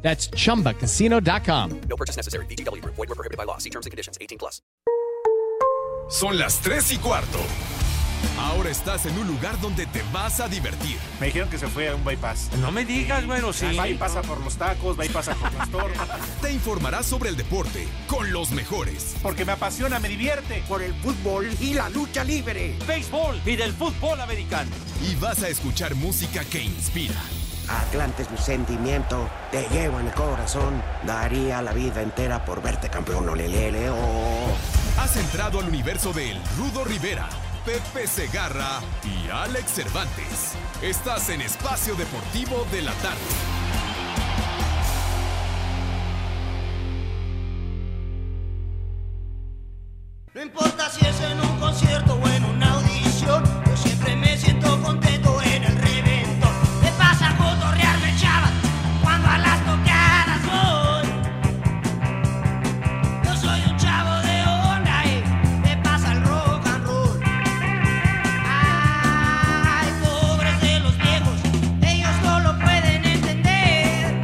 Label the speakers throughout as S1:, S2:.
S1: That's chumbacasino.com.
S2: No purchase necessary. BGW. Void were prohibited by law. See terms and conditions. 18 plus.
S3: Son las 3 y cuarto. Ahora estás en un lugar donde te vas a divertir.
S4: Me dijeron que se fue a un bypass.
S5: No me digas, bueno, sí.
S4: Va y pasa por los tacos, va y pasa por las tortas.
S3: Te informarás sobre el deporte con los mejores.
S4: Porque me apasiona, me divierte.
S6: por el fútbol y la lucha libre.
S5: Béisbol y del fútbol americano.
S3: Y vas a escuchar música que inspira.
S6: Atlante es mi sentimiento, te llevo en el corazón. Daría la vida entera por verte campeón, olelele, oh.
S3: Has entrado al universo de El Rudo Rivera, Pepe Segarra y Alex Cervantes. Estás en Espacio Deportivo de la Tarde.
S7: No importa si es en un concierto o en una audición, yo siempre me siento contento en el reventón. Me pasa cotorrearme, chavas, cuando a las tocadas voy. Yo soy un chavo de onda y me pasa el rock and roll. Ay, pobres de los viejos, ellos no lo pueden entender.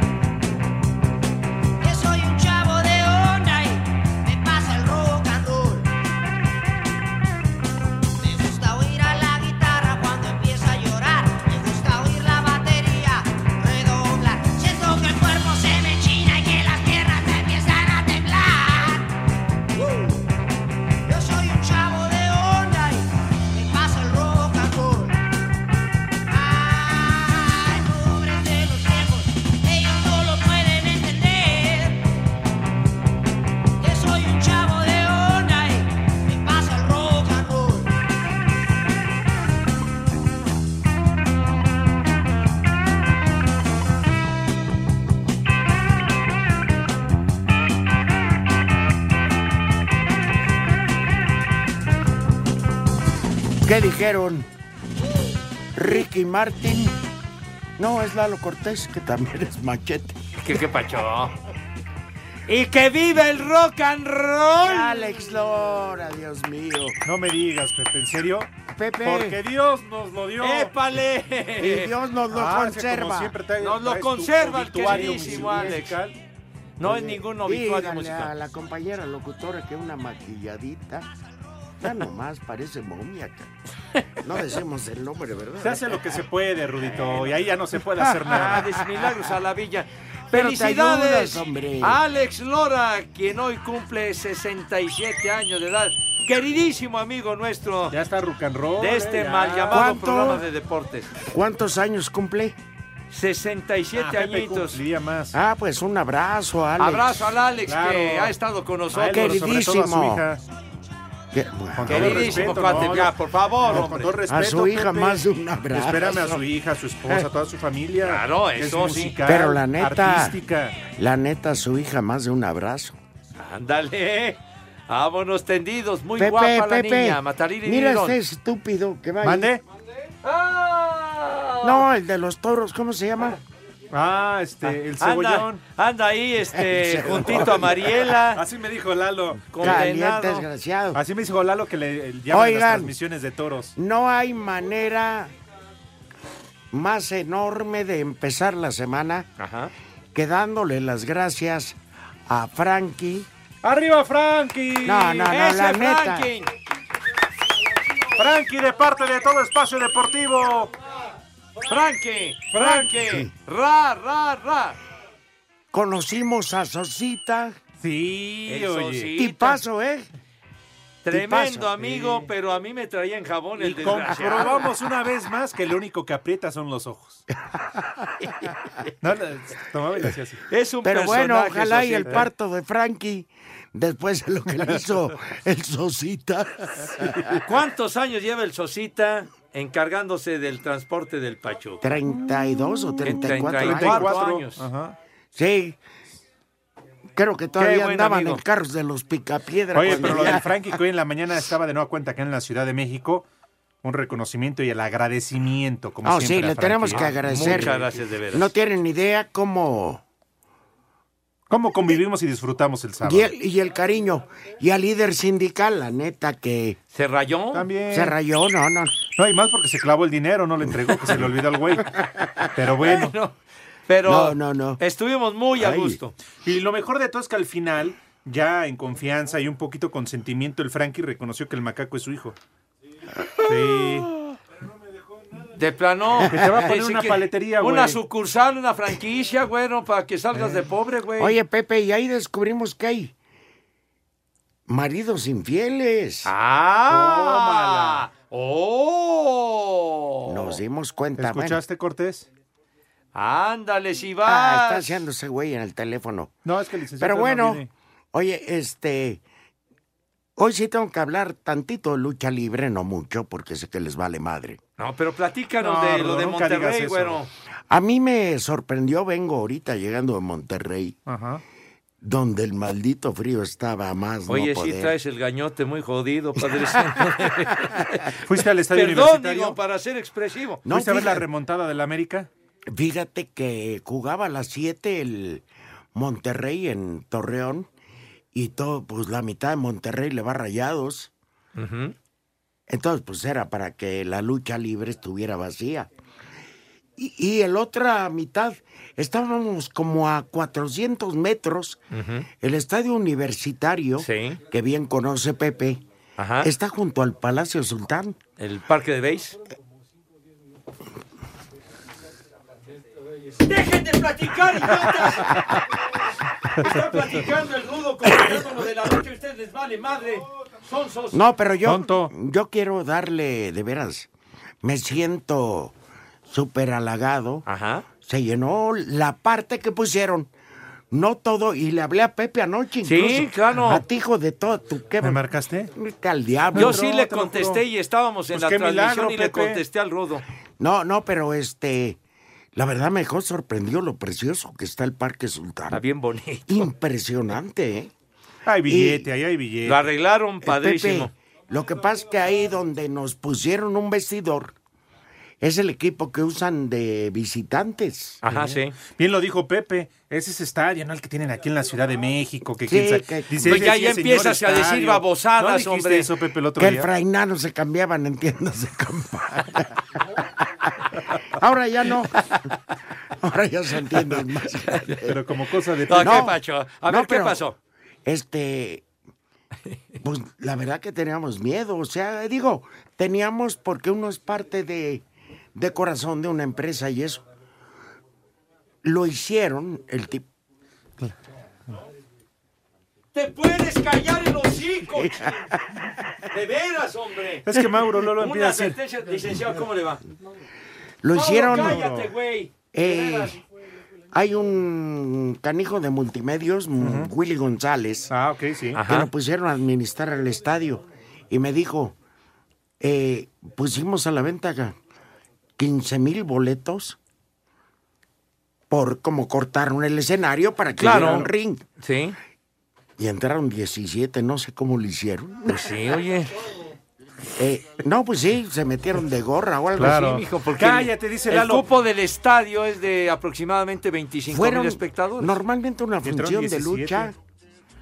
S7: Que soy un chavo de onda y me pasa el rock and roll. Me gusta oír a la guitarra cuando empieza a llorar. Me gusta oír la batería redoblar. Siento que el cuerpo se me china y que las piernas me empiezan a temblar. Uh. Yo soy un chavo de onda y me pasa el rock and roll. Ay, pobres de los viejos, ellos no lo pueden entender. Que soy un chavo de onda y me pasa el rock and roll.
S6: ¿Qué dijeron? Ricky Martin. No, es Lalo Cortés, que también es machete.
S5: ¿Qué, qué pacho? ¡Y que viva el rock and roll!
S6: Alex Lora, Dios mío.
S4: No me digas, Pepe, ¿en serio?
S6: Pepe.
S4: Porque Dios nos lo dio.
S6: Y
S5: ¡Épale!
S6: Dios nos lo
S4: Ah, es que como
S6: conserva.
S4: siempre traes-
S5: Nos lo
S4: traes tu
S5: conserva el
S4: obituario
S5: queridísimo
S4: musical.
S5: No es ningún obituario
S6: Díganle a
S5: musical.
S6: la compañera locutora que una maquilladita. Ya nomás parece momia. cara. No decimos el nombre, ¿verdad?
S4: Se hace lo que se puede, Rudito, y ahí ya no se puede hacer
S5: Ah,
S4: nada.
S5: de milagros a la villa.
S6: Pero te
S5: ¡Felicidades!
S6: ayudas, hombre.
S5: a Alex Lora, quien hoy cumple 67 años de edad. Queridísimo amigo nuestro
S4: Ya está rock and roll.
S5: de este
S4: eh, ya.
S5: mal llamado
S6: ¿Cuánto?
S5: programa de deportes.
S6: ¿Cuántos años cumple?
S5: 67
S4: Ah, Pepe
S5: añitos.
S4: cumpliría más.
S6: Ah, pues un abrazo, Alex.
S5: Abrazo al Alex
S4: Claro.
S5: que ha estado con
S4: A
S5: nosotros.
S4: él, pero sobre todo a su
S6: queridísimo.
S4: hija.
S6: Qué- bueno.
S4: Con todo
S5: Queridísimo
S4: respeto,
S5: cuate,
S4: no,
S5: ya,
S4: no,
S5: por favor,
S4: no, con
S5: hombre.
S4: todo respeto,
S6: A su hija
S4: Pepe.
S6: más de un abrazo.
S4: Espérame a su hija, a su esposa, a toda su familia.
S5: Claro,
S4: Es
S5: eso sí.
S4: musical,
S6: Pero la neta,
S4: Artística.
S6: la neta, su hija más de un abrazo.
S5: Ándale. Vámonos tendidos, muy
S6: Pepe,
S5: guapa la
S6: Pepe,
S5: niña, Matariri
S6: mira
S5: Lirón.
S6: este estúpido que va ahí.
S4: ¿Mande?
S5: ¡Ah!
S6: No, el de los toros, ¿cómo se llama?
S4: Ah, este, el
S5: Anda,
S4: cebollón.
S5: anda ahí,
S6: El
S5: este,
S6: cebollón.
S5: juntito a Mariela,
S4: Así me dijo Lalo.
S6: Caliente
S5: condenado.
S6: desgraciado.
S4: Así me dijo Lalo que le eh, llaman las
S6: Oigan.
S4: transmisiones de toros.
S6: No hay manera más enorme de empezar la semana
S5: Ajá.
S6: que dándole las gracias a Frankie.
S4: ¡Arriba, Frankie!
S6: No, no, no,
S5: Ese
S6: la neta.
S5: Franklin.
S4: Frankie de parte de todo Espacio Deportivo.
S5: Frankie, Frankie, ra, ra, ra.
S6: Conocimos a Sosita.
S4: Sí,
S5: Eso
S4: oye.
S5: sí.
S6: Tipazo, ¿eh?
S5: Tremendo
S6: Tipazo.
S5: amigo, pero a mí me traía en jabón el
S4: Y
S5: desgraciado.
S4: comprobamos una vez más que lo único que aprieta son los ojos. No, no, tomaba y le hacía así.
S5: Es un
S6: Pero bueno,
S5: personaje,
S6: ojalá y
S5: Sosita.
S6: el parto de Frankie, después de lo que le hizo el Sosita.
S5: ¿Cuántos años lleva el Sosita encargándose del transporte del Pachuca?
S6: 32 o 34 años.
S5: Cuatro
S4: 34
S5: años.
S4: Ajá.
S6: Sí. Creo que todavía
S5: buen
S6: andaban
S5: amigo.
S6: en carros de los picapiedra.
S4: Oye,
S6: cuando
S4: pero lo
S6: ya-
S4: del Frankie que hoy en la mañana estaba de nueva cuenta acá en la Ciudad de México. Un reconocimiento y el agradecimiento, como
S6: No,
S4: siempre.
S6: Ah, sí,
S4: a
S6: le
S4: Frankie,
S6: tenemos
S4: ¿no?
S6: que agradecer.
S5: Muchas gracias, de veras.
S6: No tienen idea cómo...
S4: ¿Cómo convivimos y disfrutamos el sábado?
S6: Y el, y el cariño. Y al líder sindical, la neta, que
S5: ¿Se rayó?
S4: También.
S6: se rayó, no, no.
S4: No, y más porque se clavó el dinero, no le entregó, que se le olvidó al güey. Pero bueno.
S5: Bueno, pero
S6: No, no, no.
S5: estuvimos muy a
S6: Ay.
S5: gusto.
S4: Y lo mejor de todo es que al final, ya en confianza y un poquito con sentimiento, el Frankie reconoció que el macaco es su hijo. Sí.
S6: Ah.
S5: De plano.
S4: Que te va a poner
S5: Dice
S4: una
S5: que-
S4: paletería, güey. Eh.
S5: Una sucursal, una franquicia, bueno, para que salgas de pobre, güey.
S6: Oye, Pepe, y ahí descubrimos que hay maridos infieles.
S5: ¡Ah! ¡Oh!
S6: Nos dimos cuenta. bueno.
S4: ¿Escuchaste, Cortés?
S5: Ándale, si vas.
S6: Ah, está haciendo ese güey en el teléfono.
S4: No, es que el licenciado
S6: Pero
S4: no
S6: bueno,
S4: viene.
S6: oye, este... Hoy sí tengo que hablar tantito de lucha libre, no mucho, porque sé que les vale madre.
S5: No, pero platícanos
S4: No,
S5: de
S4: Rudo,
S5: lo de
S4: nunca digas
S5: Monterrey,
S4: eso.
S5: bueno.
S6: A mí me sorprendió, vengo ahorita llegando de Monterrey,
S4: Ajá.
S6: donde el maldito frío estaba a más. no
S5: Oye, sí
S6: poder.
S5: traes el gañote muy jodido, padre. santo.
S4: ¿Fuiste al estadio
S5: Perdón,
S4: universitario?
S5: digo, para ser expresivo.
S6: No,
S4: ¿Fuiste a ver la
S6: fíjate.
S4: remontada del América?
S6: Fíjate que jugaba a las 7 el Monterrey en Torreón y todo, pues la mitad de Monterrey le va a rayados. Entonces, pues era para que la lucha libre estuviera vacía. Y, y el otra mitad, estábamos como a 400 metros. El estadio universitario,
S5: Sí.
S6: que bien conoce Pepe,
S5: Ajá.
S6: está junto al Palacio Sultán.
S5: El parque de béis.
S7: ¡Dejen de platicar, idiotas! Está platicando el rudo con el teléfono de la noche. Ustedes les vale madre. Son sos...
S6: No, pero yo,
S4: Tonto.
S6: yo quiero darle, de veras, me siento súper halagado.
S5: Ajá.
S6: Se llenó la parte que pusieron. No todo, y le hablé a Pepe anoche
S5: Sí,
S6: incluso.
S5: claro.
S6: A ti, hijo de todo, tú qué...
S4: ¿Me marcaste?
S6: Vete al diablo.
S5: Yo
S4: no,
S5: sí
S4: no,
S5: le
S4: te lo juro.
S5: contesté y estábamos en
S4: Pues
S5: la
S4: qué
S5: transmisión
S4: milagro,
S5: y le
S4: Pepe.
S5: contesté al rudo.
S6: No, no, pero este... La verdad me dejó sorprendido lo precioso que está el Parque Sultán.
S5: Está bien bonito.
S6: Impresionante, ¿eh?
S4: Hay billete, ahí hay billete.
S5: Lo arreglaron
S6: Eh,
S5: padrísimo.
S6: Pepe, lo que pasa es que ahí donde nos pusieron un vestidor es el equipo que usan de visitantes.
S5: Ajá, sí.
S4: Bien lo dijo Pepe, ese es estadio, ¿no? El que tienen aquí en la Ciudad de México, que
S6: Sí,
S4: quién sabe.
S6: que-
S5: Pues ya-
S4: ese
S5: ya
S4: es el
S5: empiezas
S4: señor
S5: a decir
S4: estadio.
S5: babosadas,
S4: ¿No dijiste
S5: hombre.
S4: eso, Pepe, el otro
S6: Que el
S4: día?
S6: frainano se cambiaban en tiendas de campaña. Ahora ya no. Ahora ya se entiende más.
S4: Pero como cosa de...
S5: No,
S6: No,
S5: ¿qué pacho? A
S6: no,
S5: ver, ¿qué
S6: pero,
S5: pasó?
S6: Este, pues la verdad que teníamos miedo, o sea, digo, teníamos porque uno es parte de, de corazón de una empresa y eso. Lo hicieron, el tipo.
S5: ¡Te puedes callar el hocico! chin! ¡De veras, hombre!
S4: Es que Mauro Lolo empieza a
S5: Una
S4: decir...
S5: sentencia, licenciado, ¿cómo le va?
S6: Lo hicieron.
S5: Mauro, cállate, güey.
S6: eh, hay un canijo de multimedios, Willy González,
S4: Ah, ok, sí.
S6: que lo pusieron a administrar el estadio. Y me dijo, eh, pusimos a la venta 15 mil boletos por cómo cortaron el escenario para que
S5: Claro.
S6: hubiera un ring.
S5: Sí.
S6: Y entraron 17, no sé cómo lo hicieron.
S5: Pues sí, oye.
S6: Eh, no, pues sí, se metieron de gorra o algo
S4: Claro.
S6: así.
S5: Hijo, porque
S4: Cállate, dice
S5: el, el
S4: Lalo.
S5: cupo del estadio es de aproximadamente 25 mil espectadores.
S6: Normalmente una
S4: Entraron
S6: función de
S4: 17.
S6: lucha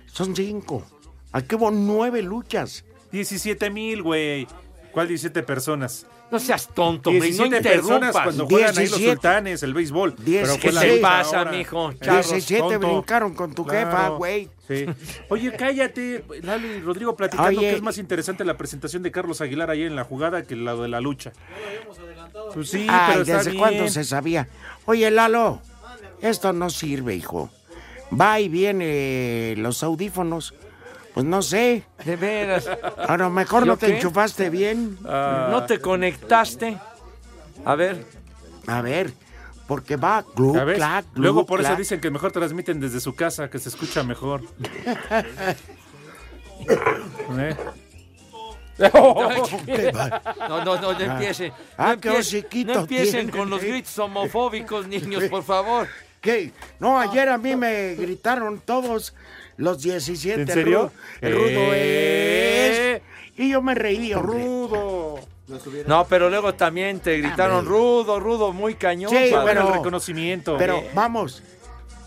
S6: son cinco. Aquí hubo nueve luchas.
S4: 17 mil, güey. ¿Cuál 17 personas?
S5: No seas tonto, hombre, y no
S4: 17 personas
S5: interrumpas.
S4: cuando juegan ahí
S6: 17.
S4: los sultanes, el béisbol.
S6: Diez-
S4: fue la
S6: ¿Qué te
S4: lucha
S5: pasa,
S4: ahora.
S5: mijo?
S4: Eh,
S5: Charros,
S6: 17
S4: tonto.
S6: brincaron con tu jefa, güey.
S4: Sí. Oye, cállate, Lalo y Rodrigo, platicando
S6: Oye.
S4: que es más interesante la presentación de Carlos Aguilar ayer en la jugada que la de la lucha. Pues sí,
S6: Ay,
S4: pero está
S6: ¿desde
S4: bien.
S6: cuándo se sabía? Oye, Lalo, esto no sirve, hijo. Va y viene los audífonos. Pues no sé.
S5: De veras.
S6: A lo mejor
S5: ¿Yo
S6: no te
S5: qué?
S6: enchufaste bien.
S4: Ah.
S5: ¿No te conectaste? A ver.
S6: A ver, porque va glu,
S4: ¿Sabes?
S6: clac, glu,
S4: Luego por eso
S6: clac.
S4: dicen que mejor transmiten desde su casa, que se escucha mejor. ¿Eh?
S5: No, no, no, no empiecen.
S6: Ah,
S5: no
S6: qué
S5: empie-
S6: hociquito
S5: no empiecen
S6: tiene.
S5: con los gritos homofóbicos, niños, por favor.
S6: ¿Qué? No, ayer a mí me gritaron todos los 17.
S4: ¿En serio?
S6: El rudo, el rudo
S5: Eh.
S6: es. Y yo me reí, hombre.
S4: Rudo.
S5: No, pero luego también te gritaron rudo, rudo, muy cañón.
S6: Sí,
S5: padre.
S4: Bueno, el
S6: Pero-
S4: reconocimiento.
S6: Pero vamos,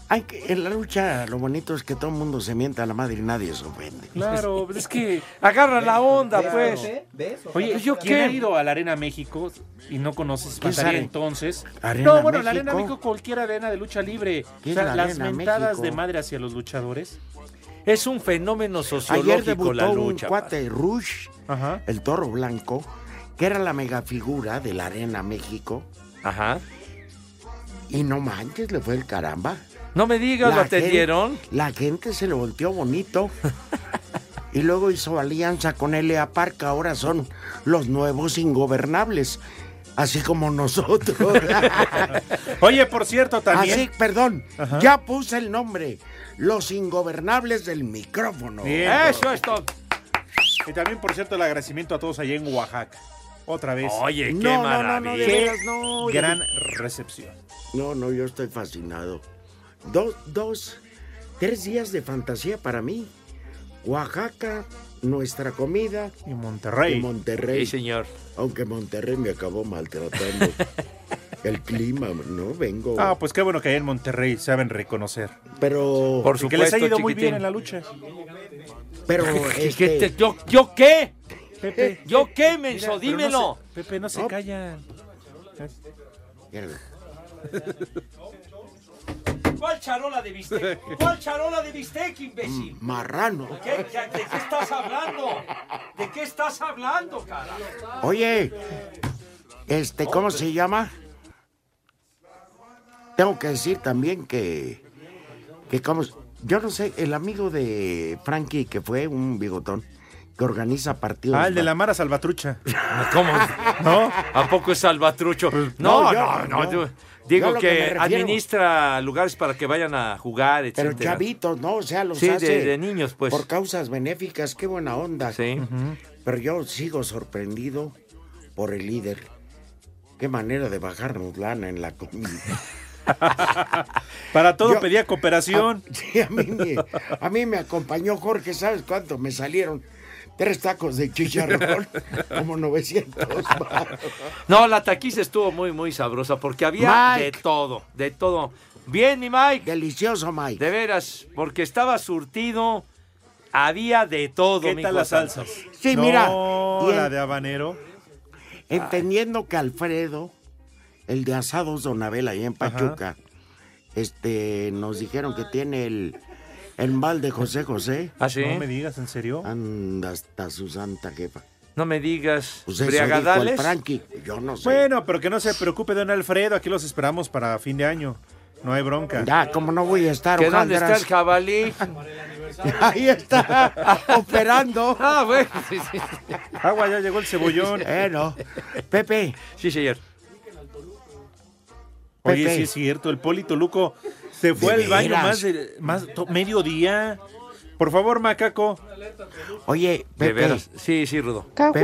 S6: hay que- en la lucha lo bonito es que todo el mundo se mienta a la madre y nadie se ofende.
S4: Claro, pues es que.
S5: Agarra la onda, pues.
S4: Oye,
S5: ¿yo
S4: ¿yo
S5: qué?
S4: ¿quién ha ido a la Arena México y no conoces
S6: ¿Quién
S4: Pantaría
S6: sabe?
S4: entonces?
S6: ¿Arena
S4: no, bueno, la
S6: México?
S4: Arena México, cualquier arena de lucha libre. O
S6: ¿Qué es
S4: sea,
S6: la
S4: las
S6: Arena
S4: mentadas
S6: México?
S4: de madre hacia los luchadores.
S5: Es un fenómeno
S6: Ayer
S5: sociológico la
S6: debutó un
S5: lucha. padre.
S6: cuate, Rush,
S4: Ajá.
S6: el toro blanco, que era la megafigura de la Arena México.
S5: Ajá.
S6: Y no manches, le fue el caramba.
S5: No me digas, lo
S6: gente-
S5: atendieron.
S6: La gente se le volteó bonito. y luego hizo alianza con L.A. Parca. Ahora son los nuevos ingobernables. Así como nosotros.
S4: Oye, por cierto, también.
S6: Así, perdón. Ya puse el nombre. Los ingobernables del micrófono.
S4: Bien.
S5: Eso es todo.
S4: Y también, por cierto, el agradecimiento a todos allá en Oaxaca. Otra vez.
S5: Oye, qué
S6: No, no, no, no,
S5: maravilla.
S6: de veras, no.
S4: gran recepción.
S6: No, no, yo estoy fascinado. Dos, dos, tres días de fantasía para mí. Oaxaca, nuestra comida
S4: Y Monterrey.
S6: y Monterrey.
S5: Sí, señor.
S6: Aunque Monterrey me acabó maltratando. El clima, ¿no? Vengo.
S4: Ah, pues qué bueno que allá en Monterrey saben reconocer.
S6: pero.
S5: Por
S4: Y que les
S5: supuesto,
S4: ha ido muy
S5: chiquitín.
S4: bien en la lucha.
S5: ¿Y
S6: Pero.
S5: qué
S6: este,
S5: te- yo, ¿Yo qué?
S4: Pepe.
S5: ¿Yo qué,
S4: Mira,
S5: menso?
S4: pero no
S5: Dímelo.
S4: se- Pepe, no se
S6: No.
S4: callan.
S6: mira,
S5: ¿Cuál charola de bistec? ¿Cuál charola de bistec,
S4: Mm.
S5: imbécil?
S6: Marrano.
S5: ¿Qué- qué- ¿De qué estás hablando? ¿De qué estás hablando, cara?
S6: Oye. Este, ¿cómo se llama? Tengo que decir también que. Que como. Yo no sé, el amigo de Frankie, que fue un bigotón, que organiza partidos.
S4: Ah, el de la Mara Salvatrucha.
S5: ¿Cómo?
S4: ¿No?
S5: ¿A poco es salvatrucho? No,
S6: Pues, no, yo-
S5: no, no.
S6: no.
S5: yo digo
S6: Yo lo
S5: que,
S6: que me refiero-
S5: administra lugares para que vayan a jugar,
S6: Pero
S5: etcétera.
S6: chavitos, ¿no? O sea, los
S5: Sí, de-
S6: hace
S5: de niños, pues.
S6: Por causas benéficas, qué buena onda.
S5: Sí.
S6: Pero yo sigo sorprendido por el líder. Qué manera de bajarnos lana en la comida.
S4: Para todo
S6: Yo-
S4: pedía cooperación.
S6: Ah, Sí, a mí, me, a mí me acompañó Jorge, ¿sabes cuánto? Me salieron tres tacos de chicharrón, como 900. baros.
S5: No, la taquiza estuvo muy, muy sabrosa porque había
S6: Mike.
S5: de todo, de todo. Bien, mi Mike,
S6: Delicioso, Mike.
S5: de veras, porque estaba surtido, había de todo.
S4: ¿Qué
S5: mi
S4: tal
S5: hijo
S4: las
S5: santo.
S4: salsas?
S6: Sí, mira,
S4: No,
S6: y el-
S4: la de habanero.
S6: Entendiendo que Alfredo, el de Asados Donabel ahí en Pachuca, este, nos dijeron que tiene el, el mal de José José.
S5: ¿Ah, sí?
S4: No me digas, ¿en serio?
S6: Ah, Anda hasta su santa jefa.
S5: digas.
S6: Pues eso dijo el
S5: Briagadales.
S6: Frankie. Yo no sé.
S4: Bueno, pero que no se preocupe, don Alfredo. Aquí los esperamos para fin de año. No hay bronca.
S6: Ya, como no voy a estar,
S5: ¿Que dónde está
S6: hojaldras,
S5: el jabalí?
S6: Ahí está, operando.
S5: Ah, bueno. Sí, sí,
S4: Agua, ya llegó el cebollón.
S6: Bueno, Pepe,
S5: sí, señor.
S4: Oye,
S6: Pepe.
S4: sí es cierto, el Poli Toluco se fue
S6: ¿De
S4: al baño
S6: veras?
S4: más de más to- mediodía. Por favor, macaco,
S6: oye,
S5: De
S6: Pepe,
S5: veras. Sí, sí, Rudo.
S6: Pepe,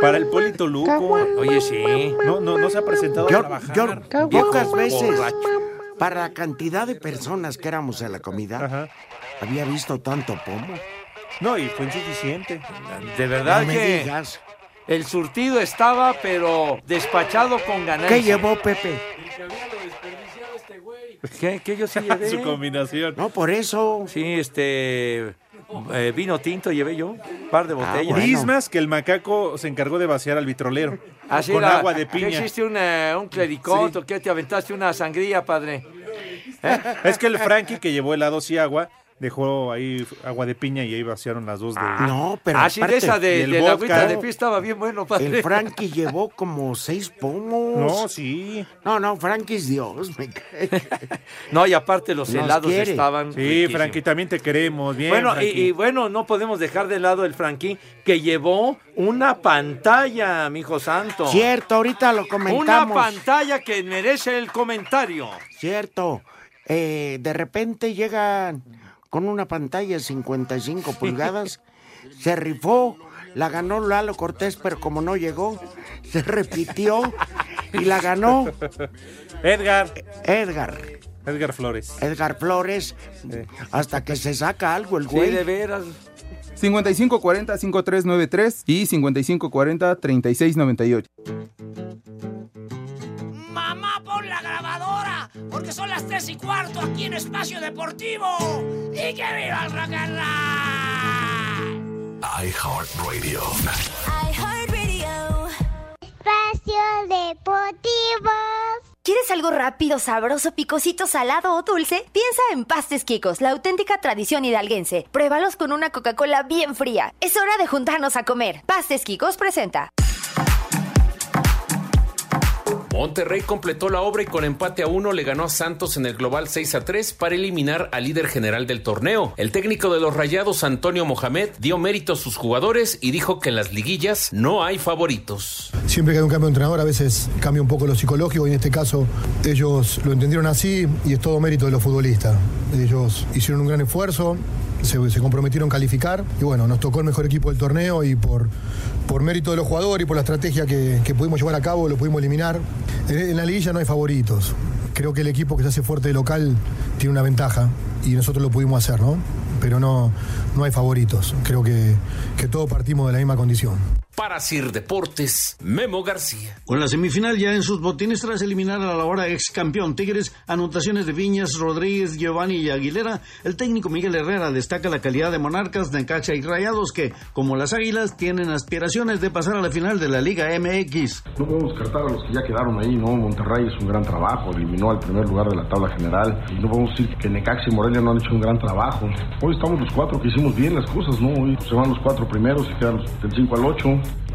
S4: para el Poli Toluco.
S5: Oye, sí.
S4: No, no, no se ha presentado a
S6: yo,
S4: trabajar.
S6: yo pocas veces,
S5: borracho.
S6: para la cantidad de personas que éramos en la comida,
S4: Ajá.
S6: había visto tanto pomo.
S4: No, y fue insuficiente.
S5: De verdad
S6: No me
S5: que
S6: digas.
S5: el surtido estaba, pero despachado con ganancia.
S6: ¿Qué llevó Pepe?
S5: ¿Qué, qué yo sí llevé?
S4: Su combinación.
S6: No, por eso.
S5: Sí, este. eh, vino tinto llevé yo. Un par de botellas.
S6: Ah, bueno.
S4: Mismas que el macaco se encargó de vaciar al vitrolero.
S5: Así
S4: con
S5: la-
S4: agua de
S5: ¿qué
S4: piña.
S5: hiciste un, eh, un clericoto? ¿Qué te aventaste una sangría, padre?
S4: Es que el Frankie que llevó helados y agua, dejó ahí agua de piña y ahí vaciaron las dos de.
S5: Ah.
S6: No, pero
S5: Así de
S6: aparte,
S5: esa
S4: y
S5: de,
S4: el
S5: de la agüita
S4: vodka.
S5: de pie estaba bien bueno, padre.
S6: el Frankie llevó como seis
S4: No,
S6: pomos.
S4: sí.
S6: No, no, Frankie es Dios. me cae.
S5: No, y aparte los
S6: Nos
S5: helados
S6: quiere.
S5: estaban.
S4: Sí,
S5: riquísimos.
S4: Frankie, también te queremos. Bien,
S5: Mm, Bueno, y,
S4: Frankie.
S5: y bueno, no podemos dejar de lado el Frankie, que llevó una pantalla, mi hijo santo.
S6: Cierto, ahorita lo
S5: Una
S6: comentamos.
S5: pantalla que merece el comentario.
S6: Cierto. Eh, de repente llegan con una pantalla de 55 pulgadas. Se rifó, la ganó Lalo Cortés, pero como no llegó, se repitió Y la ganó
S4: Edgar,
S6: Edgar.
S4: Edgar Flores.
S6: Edgar Flores. Hasta que se saca algo el
S5: Sí,
S6: güey.
S5: de veras.
S8: 5540-5393 y 5540-3698.
S7: Mamá, pon la grabadora, porque son las tres y cuarto aquí en Espacio Deportivo. ¡Y que viva el rock and
S2: iHeartRadio.
S9: Espacio Deportivo. ¿Quieres algo rápido, sabroso, picosito, salado o dulce? Piensa en Pastes Quicos, la auténtica tradición hidalguense. Pruébalos con una Coca-Cola bien fría. Es hora de juntarnos a comer. Pastes Quicos presenta.
S10: Monterrey completó la obra y con empate a uno le ganó a Santos en el global 6 a 3 para eliminar al líder general del torneo. El técnico de los Rayados, Antonio Mohamed, dio mérito a sus jugadores y dijo que en las liguillas no hay favoritos.
S8: Siempre que hay un cambio de entrenador, a veces cambia un poco lo psicológico y en este caso ellos lo entendieron así y es todo mérito de los futbolistas. Ellos hicieron un gran esfuerzo, se, se comprometieron a calificar y bueno, nos tocó el mejor equipo del torneo y por, por mérito de los jugadores y por la estrategia que, que pudimos llevar a cabo lo pudimos eliminar. En, en la liguilla no hay favoritos. Creo que el equipo que se hace fuerte de local tiene una ventaja y nosotros lo pudimos hacer, ¿no? Pero no, no hay favoritos. Creo que, que todos partimos de la misma condición.
S10: Para Sir Deportes, Memo García.
S8: Con la semifinal ya en sus botines tras eliminar a la hora ex campeón Tigres, anotaciones de Viñas, Rodríguez, Giovanni y Aguilera, el técnico Miguel Herrera destaca la calidad de monarcas, Necaxa y Rayados que, como las Águilas, tienen aspiraciones de pasar a la final de la Liga MX.
S9: No podemos descartar a los que ya quedaron ahí, ¿no? Monterrey es un gran trabajo, eliminó al primer lugar de la tabla general. Y no podemos decir que Necaxa y Morelia no han hecho un gran trabajo. Hoy estamos los cuatro que hicimos bien las cosas, ¿no? Hoy se van los cuatro primeros y quedan los- del 5 al 8.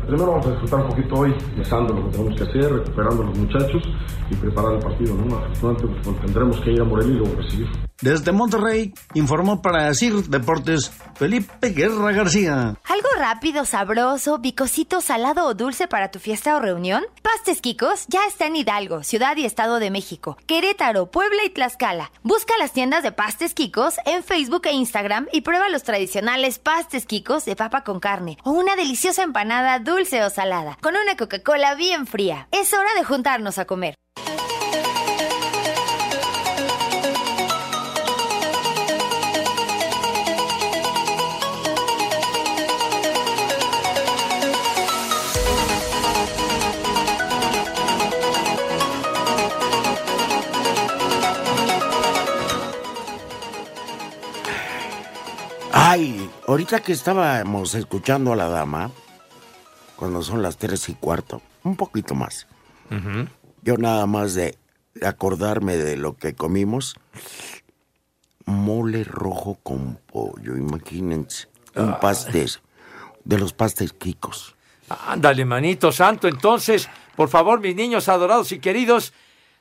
S9: Primero vamos a disfrutar un poquito hoy, pensando lo que tenemos que hacer, recuperando a los muchachos y preparar el partido, ¿no? Afortunadamente pues, tendremos que ir a Morelia y luego recibir.
S8: Desde Monterrey, informó para CIR Deportes Felipe Guerra García.
S9: ¿Algo rápido, sabroso, picosito, salado o dulce para tu fiesta o reunión? Pastes Quicos ya está en Hidalgo, Ciudad y Estado de México, Querétaro, Puebla y Tlaxcala. Busca las tiendas de Pastes Quicos en Facebook e Instagram y prueba los tradicionales Pastes Quicos de papa con carne o una deliciosa empanada dulce o salada con una Coca-Cola bien fría. Es hora de juntarnos a comer.
S6: Ay, ahorita que estábamos escuchando a la dama, cuando son las tres y cuarto, un poquito más. Yo nada más de acordarme de lo que comimos, mole rojo con pollo, imagínense, un pastes, de los pastes quicos.
S5: Ándale, manito santo. Entonces, por favor, mis niños adorados y queridos,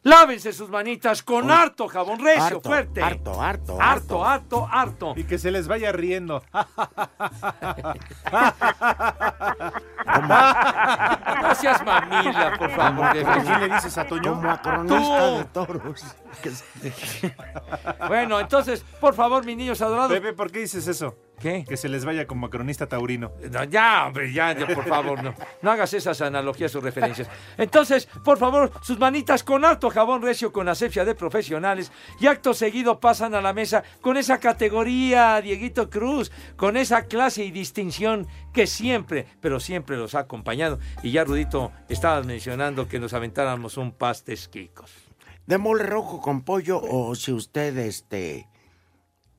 S5: lávense sus manitas con harto jabón recio,
S6: harto,
S5: fuerte.
S6: harto,
S5: harto,
S6: harto, harto.
S5: harto, harto.
S4: Y que se les vaya riendo. Ah,
S5: Ah, Gracias, mamila, por favor. de
S4: ¿A quién
S5: verdad.
S4: le dices a Toño?
S6: Como acronista
S5: Tú.
S6: de toros. Que se-
S5: Bueno, entonces, por favor, mis niños adorados.
S4: Pepe, ¿por qué dices eso?
S5: ¿Qué?
S4: Que se les vaya como cronista taurino.
S5: No, ya, hombre, ya, ya, por favor, no. No hagas esas analogías o referencias. Entonces, por favor, sus manitas con harto jabón recio con asepsia de profesionales y acto seguido pasan a la mesa con esa categoría, Dieguito Cruz, con esa clase y distinción que siempre, pero siempre los ha acompañado. Y ya, Rudito, estabas mencionando que nos aventáramos un pastes quicos.
S6: De mole rojo con pollo o si usted este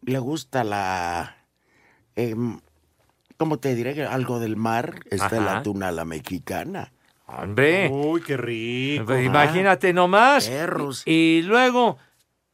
S6: le gusta la em, ¿cómo te diré? algo del mar, está
S5: Ajá.
S6: la tuna a la mexicana.
S5: ¡Hombre!
S4: Uy, qué rico.
S5: Eh. Pues Imagínate nomás.
S6: ¿eh? Perros.
S5: Y luego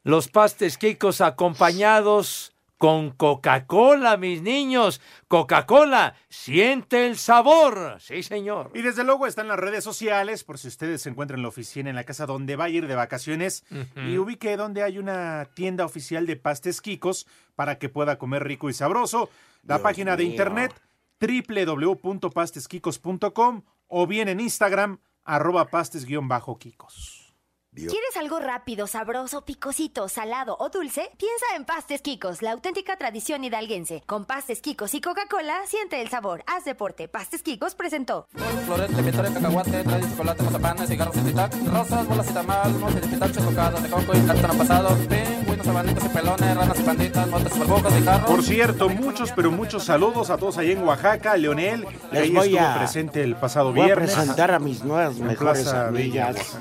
S5: los pastes quicos acompañados con Coca-Cola, mis niños. Coca-Cola, siente el sabor. Sí, señor.
S4: Y desde luego están las redes sociales por si ustedes se encuentran en la oficina, en la casa donde va a ir de vacaciones y ubique donde hay una tienda oficial de pastes quicos para que pueda comer rico y sabroso. La página de
S6: mío.
S4: internet www.pastesquicos.com o bien en Instagram arroba pastes-quicos.
S6: Dios.
S9: ¿Quieres algo rápido, sabroso, picosito, salado o dulce? Piensa en Pastes Quicos, la auténtica tradición hidalguense. Con Pastes Quicos y Coca-Cola, siente el sabor. Haz deporte. Pastes Quicos presentó.
S11: Flores, lepitores, cacahuate, trae chocolate, mazapanes, cigarros y titac, rosas, bolas y tamal, mosca de pitacho, tocadas de coco y plátano pasado, pingüinos, abanitos y pelones, ranas y panditas, motas y burbujas, cigarros.
S4: Por cierto, muchos, pero muchos saludos a todos ahí en Oaxaca. Leonel, que
S6: Les
S4: ahí
S6: voy
S4: estuvo
S6: a-
S4: presente el pasado
S6: Voy a
S4: viernes.
S6: presentar a mis nuevas
S4: En
S6: mejores
S4: Plaza Villa,
S6: amigas.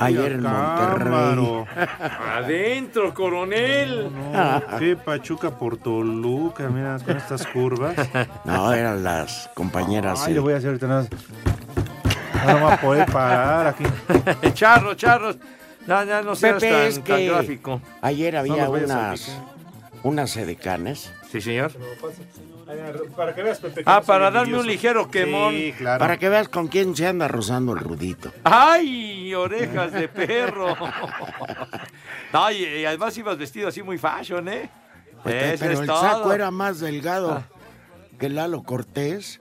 S6: Ayer en Monterrey.
S4: Cámaro.
S5: Adentro, coronel. Ah.
S4: Qué Pachuca por Toluca, mira, con estas curvas.
S5: Ah,
S6: No, eran las compañeras. eh.
S4: Ay,
S6: sí.
S4: le voy a hacer ahorita nada. No va a poder parar aquí.
S5: charros, charros. No, no, no seas
S6: Pepe,
S5: tan,
S6: es
S5: tan
S6: que
S5: gráfico.
S6: ayer había
S4: los vayas a
S6: unas, unas edecanes.
S5: Sí, señor.
S4: Para que veas, Pepe.
S5: que Ah, no soy para darme envidioso. un ligero quemón.
S4: Sí, claro.
S6: Para que veas con quién se anda rozando el rudito.
S5: ¡Ay, orejas de perro! Ay, y además ibas vestido así muy fashion, ¿eh?
S6: Pues,
S5: Eso
S6: pero
S5: es
S6: el
S5: todo. Ah.
S6: saco era más delgado que Lalo Cortés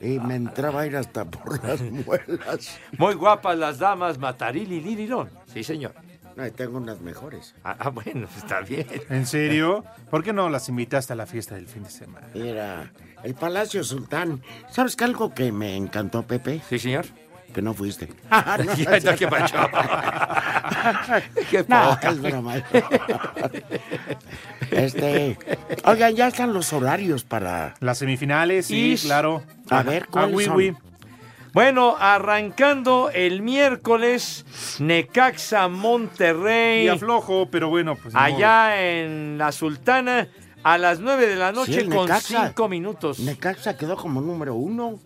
S6: y me entraba a ir hasta por las muelas.
S5: Muy guapas las damas Mataril y Lirirón. Sí, señor.
S6: Ay, tengo unas mejores.
S5: Ah, ah, bueno, está bien.
S4: ¿En serio? ¿Por qué no las invitaste a la fiesta del fin de semana?
S6: Era el Palacio Sultán. ¿Sabes que algo que me encantó, Pepe?
S5: Sí, señor.
S6: Que Ah, no fuiste.
S5: Ya, ya, ¿Qué pacho? ¿Qué
S6: No,
S5: poca.
S6: es broma. Este, oigan, ya están los horarios para.
S4: Las semifinales, sí,
S5: Ish.
S4: claro.
S6: A ver,
S4: Ah,
S6: ¿cuáles
S4: oui,
S6: son?
S4: oui.
S5: Bueno, arrancando el miércoles, Necaxa
S4: Y
S5: Monterrey,
S4: aflojo, pero bueno, pues. no.
S5: allá en la Sultana, a las 9 de la
S6: Sí,
S5: noche
S6: el
S5: con
S6: Necaxa.
S5: 5 minutos.
S6: Necaxa quedó como número uno.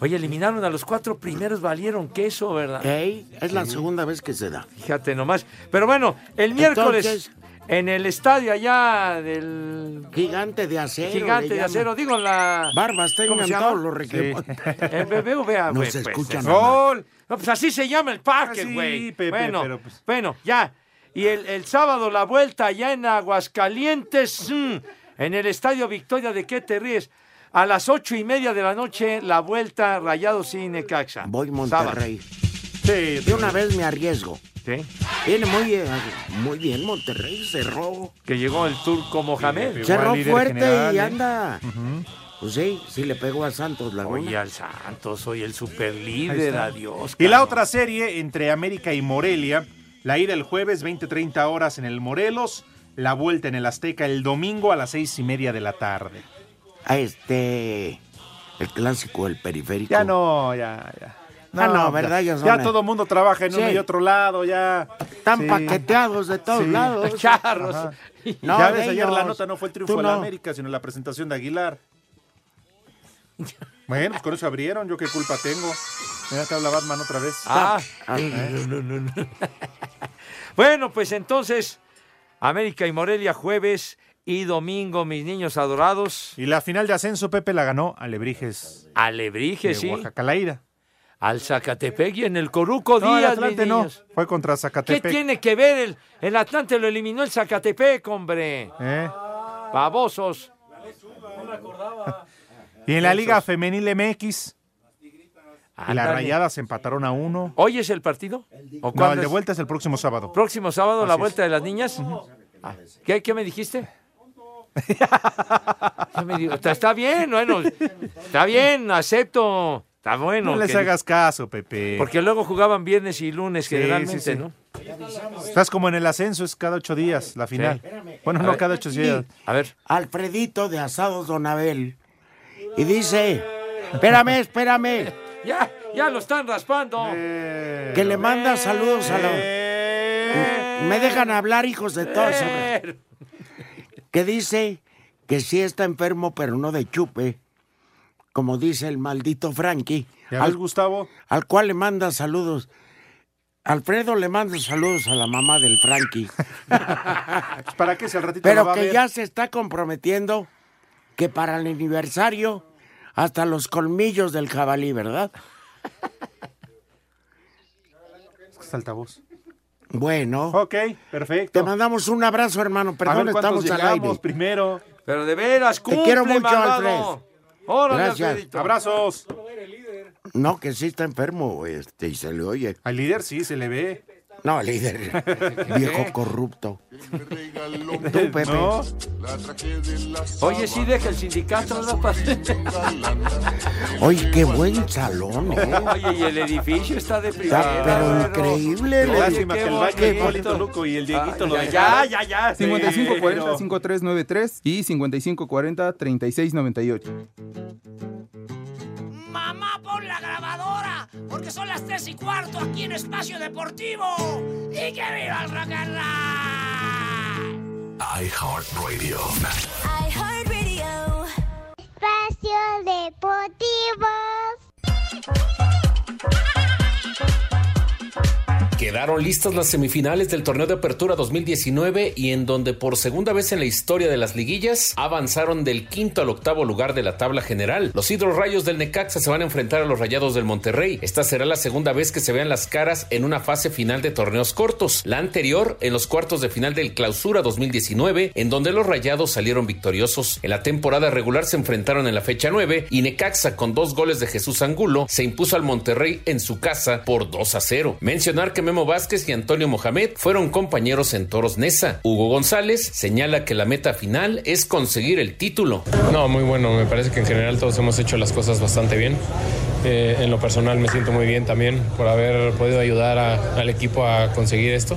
S5: Oye, eliminaron a los cuatro primeros, valieron queso, ¿verdad?
S6: Ey, es la segunda vez que se da.
S5: Fíjate nomás. Pero bueno, el miércoles
S6: Entonces-
S5: en el estadio allá del
S6: Gigante de acero.
S5: Gigante
S6: le
S5: de
S6: llaman.
S5: Acero, digo en la.
S6: Barbas,
S5: ¿Cómo
S6: tengan
S5: se llama?
S6: todos los requerimientos.
S5: En BBVA,
S6: Nos
S5: güey, pues,
S6: escuchan,
S5: es-
S6: mamá.
S5: ¡Gol! No, pues así se llama el parque,
S4: Ah, sí,
S5: güey.
S4: Pepe,
S5: bueno,
S4: pero, pues-
S5: bueno, ya. Y el, el sábado la vuelta allá en Aguascalientes, mm, en el Estadio Victoria de qué te ríes. A las ocho y media de la noche, la vuelta Rayados y Necaxa.
S6: Voy
S5: Sábado.
S6: Monterrey.
S4: Sí,
S6: De una vez me arriesgo.
S5: Sí,
S6: Viene muy, eh, muy bien Monterrey, cerró.
S5: Que llegó el turco Mohamed.
S4: Igual
S6: Cerró
S4: líder
S6: fuerte
S4: general,
S6: y
S4: ¿eh?
S6: anda. Pues sí, sí le pegó a Santos
S5: Oye,
S6: Laguna.
S5: al Santos, soy el superlíder, adiós.
S4: Y la
S5: cabrón.
S4: otra serie entre América y Morelia, la ida el jueves 20-30 horas en el Morelos, la vuelta en el Azteca el domingo a las seis y media de la tarde.
S6: A este. El clásico, el periférico.
S4: Ya no, ya, ya.
S6: Ah, no, ¿verdad? Ya
S4: Ya,
S6: son, eh.
S4: todo mundo trabaja en uno
S6: Sí.
S4: y otro lado, ya.
S6: Están
S4: Sí.
S6: paqueteados de todos
S4: Sí.
S6: lados.
S5: Charros.
S4: Ajá.
S6: No,
S4: ya
S6: de
S4: ves, ayer la
S6: ellos.
S4: nota no fue el triunfo
S6: Tú
S4: de la
S6: no.
S4: América, sino la presentación de Aguilar. Bueno, pues con eso abrieron, yo qué culpa tengo. Mira, te habla Batman otra vez.
S5: Ah,
S6: Ah,
S5: no, no, no. bueno, pues entonces, América y Morelia jueves y domingo, mis niños adorados.
S4: Y la final de ascenso, Pepe la ganó a Lebrijes
S5: Alebrije,
S4: de
S5: sí.
S4: Oaxaca, la ida.
S5: Al Zacatepec y en el Coruco
S4: No, el
S5: Díaz,
S4: Atlante
S5: mis
S4: no.
S5: niños.
S4: Fue contra
S5: ¿Qué
S4: Zacatepec.
S5: tiene que ver el, el Atlante? Lo eliminó el Zacatepec, hombre.
S4: ¿Eh?
S5: Babosos.
S4: Y en la Liga Femenil MX, y las
S5: Ándale.
S4: rayadas empataron a uno.
S5: ¿Hoy es el partido? ¿O
S4: No,
S5: cuándo
S4: el de
S5: es?
S4: vuelta es el próximo sábado.
S5: Próximo sábado, la
S4: Así
S5: vuelta de las niñas. Ah, ¿Qué, qué me dijiste? Ya me digo, está, está bien, bueno, está bien, acepto. Está bueno.
S4: No les
S5: que-
S4: hagas caso, Pepe.
S5: Porque luego jugaban viernes y lunes
S4: Sí,
S5: generalmente,
S4: sí, sí.
S5: ¿no?
S4: Estás como en el ascenso, es cada ocho días la final. Bueno, no cada ocho días.
S5: A ver,
S6: Alfredito de Asados Don Abel. Y dice: Espérame, espérame.
S5: ya, ya lo están raspando.
S6: Que le manda saludos a la.
S4: Eh.
S6: Me dejan hablar, hijos de todos.
S5: Pero-
S6: que dice que sí está enfermo, pero no de chupe, como dice el maldito Frankie,
S4: ¿Ya ves,
S6: al,
S4: Gustavo?
S6: al cual le manda saludos. Alfredo le manda saludos a la mamá del Frankie,
S4: Pues, ¿Para qué si al ratito lo
S6: pero
S4: va a
S6: que
S4: ver?
S6: ya se está comprometiendo que para el aniversario hasta los colmillos del jabalí, ¿verdad?
S4: Es que está altavoz.
S6: Bueno,
S4: Ok, perfecto.
S6: te mandamos un abrazo, hermano.
S4: Oh, a
S6: Perdón,
S4: ver cuántos
S6: estamos al aire.
S4: llegamos primero.
S5: Pero de veras,
S6: Te quiero
S5: cumple,
S6: mucho,
S5: malvado.
S6: Alfred.
S5: Órale,
S6: Gracias.
S5: Alfredito.
S4: Abrazos.
S6: No, que sí está enfermo, este, y se le oye.
S4: Al líder sí, se le ve.
S6: No, al líder. Viejo corrupto. Tú, Pepe.
S5: No. Oye, sí, deja el sindicato, ¿no?
S6: Oye, qué buen salón, ¿eh?
S5: Oye, y el edificio está de
S6: Está pero
S5: primera.
S6: increíble. el
S4: Lástima
S6: edificio.
S4: que el baño
S6: Qué
S4: de Hipólito Luco y el
S12: Ah,
S4: Dieguito lo
S5: ya,
S4: dejaron.
S5: ya, ya.
S4: este.
S11: 5540-5393 y 5540-3698.
S7: Mamá, pon la grabadora, porque son las tres y cuarto aquí en Espacio Deportivo. ¡Y que viva el rock and roll!
S3: iHeartRadio.
S13: Espacio Deportivo.
S10: Quedaron listas las em-, semifinales del torneo de apertura 2019 y en donde por segunda vez en la historia de las liguillas avanzaron del quinto al octavo lugar de la tabla general. Los hidrorrayos del Necaxa se van a enfrentar a los rayados del Monterrey. Esta será la segunda vez que se vean las caras en una fase final de torneos cortos. La anterior en los cuartos de final del clausura 2019 en donde los rayados salieron victoriosos. En la temporada regular se enfrentaron en la fecha 9 y Necaxa con dos goles de Jesús Angulo se impuso al Monterrey en su casa por 2 a 0. Mencionar que Memo Vázquez y Antonio Mohamed fueron compañeros en Toros Nesa. Hugo González señala que la meta final es conseguir el título.
S14: No, muy bueno. Me parece que en general todos hemos hecho las cosas bastante bien. Eh, en lo personal me siento muy bien también por haber podido ayudar a- al equipo a conseguir esto.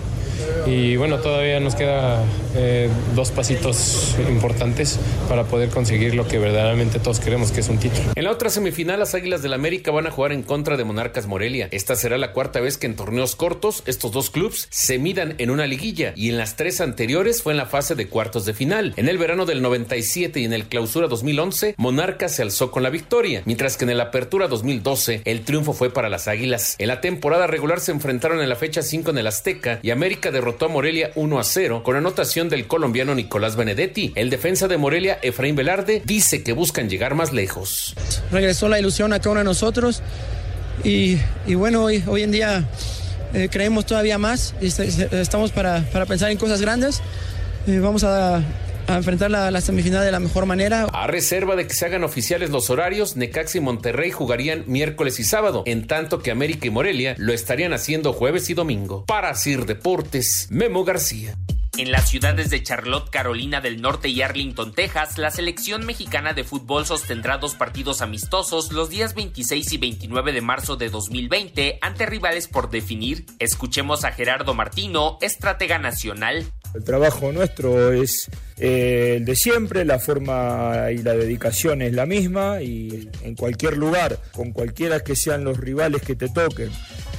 S14: Y bueno, todavía nos queda eh, dos pasitos importantes para poder conseguir lo que verdaderamente todos queremos, que es un título.
S10: En la otra semifinal, las Águilas del América van a jugar en contra de Monarcas Morelia. Esta será la cuarta vez que en torneos cortos estos dos clubes se midan en una liguilla y en las tres anteriores fue en la fase de cuartos de final. En el verano del 97 y en el clausura 2011, Monarcas se alzó con la victoria, mientras que en el apertura 2012 el triunfo fue para las Águilas. En la temporada regular se enfrentaron en la fecha 5 en el Azteca y América derrotó a Morelia 1 a 0 con anotación del colombiano Nicolás Benedetti. El defensa de Morelia, Efraín Velarde, dice que buscan llegar más lejos.
S15: regresó la ilusión a cada uno de nosotros y, y bueno, hoy, hoy en día eh, creemos todavía más y est- est- estamos para, para pensar en cosas grandes. Eh, vamos a, a enfrentar la- la semifinal de la mejor manera.
S10: A reserva de que se hagan oficiales los horarios, Necaxa y Monterrey jugarían miércoles y sábado, en tanto que América y Morelia lo estarían haciendo jueves y domingo. Para Sir Deportes, Memo García.
S16: En las ciudades de Charlotte, Carolina del Norte y Arlington, Texas, la selección mexicana de fútbol sostendrá dos partidos amistosos los días 26 y 29 de marzo de 2020 ante rivales por definir. Escuchemos a Gerardo Martino, estratega nacional.
S17: El trabajo nuestro es eh, el de siempre, la forma y la dedicación es la misma y en cualquier lugar, con cualquiera que sean los rivales que te toquen,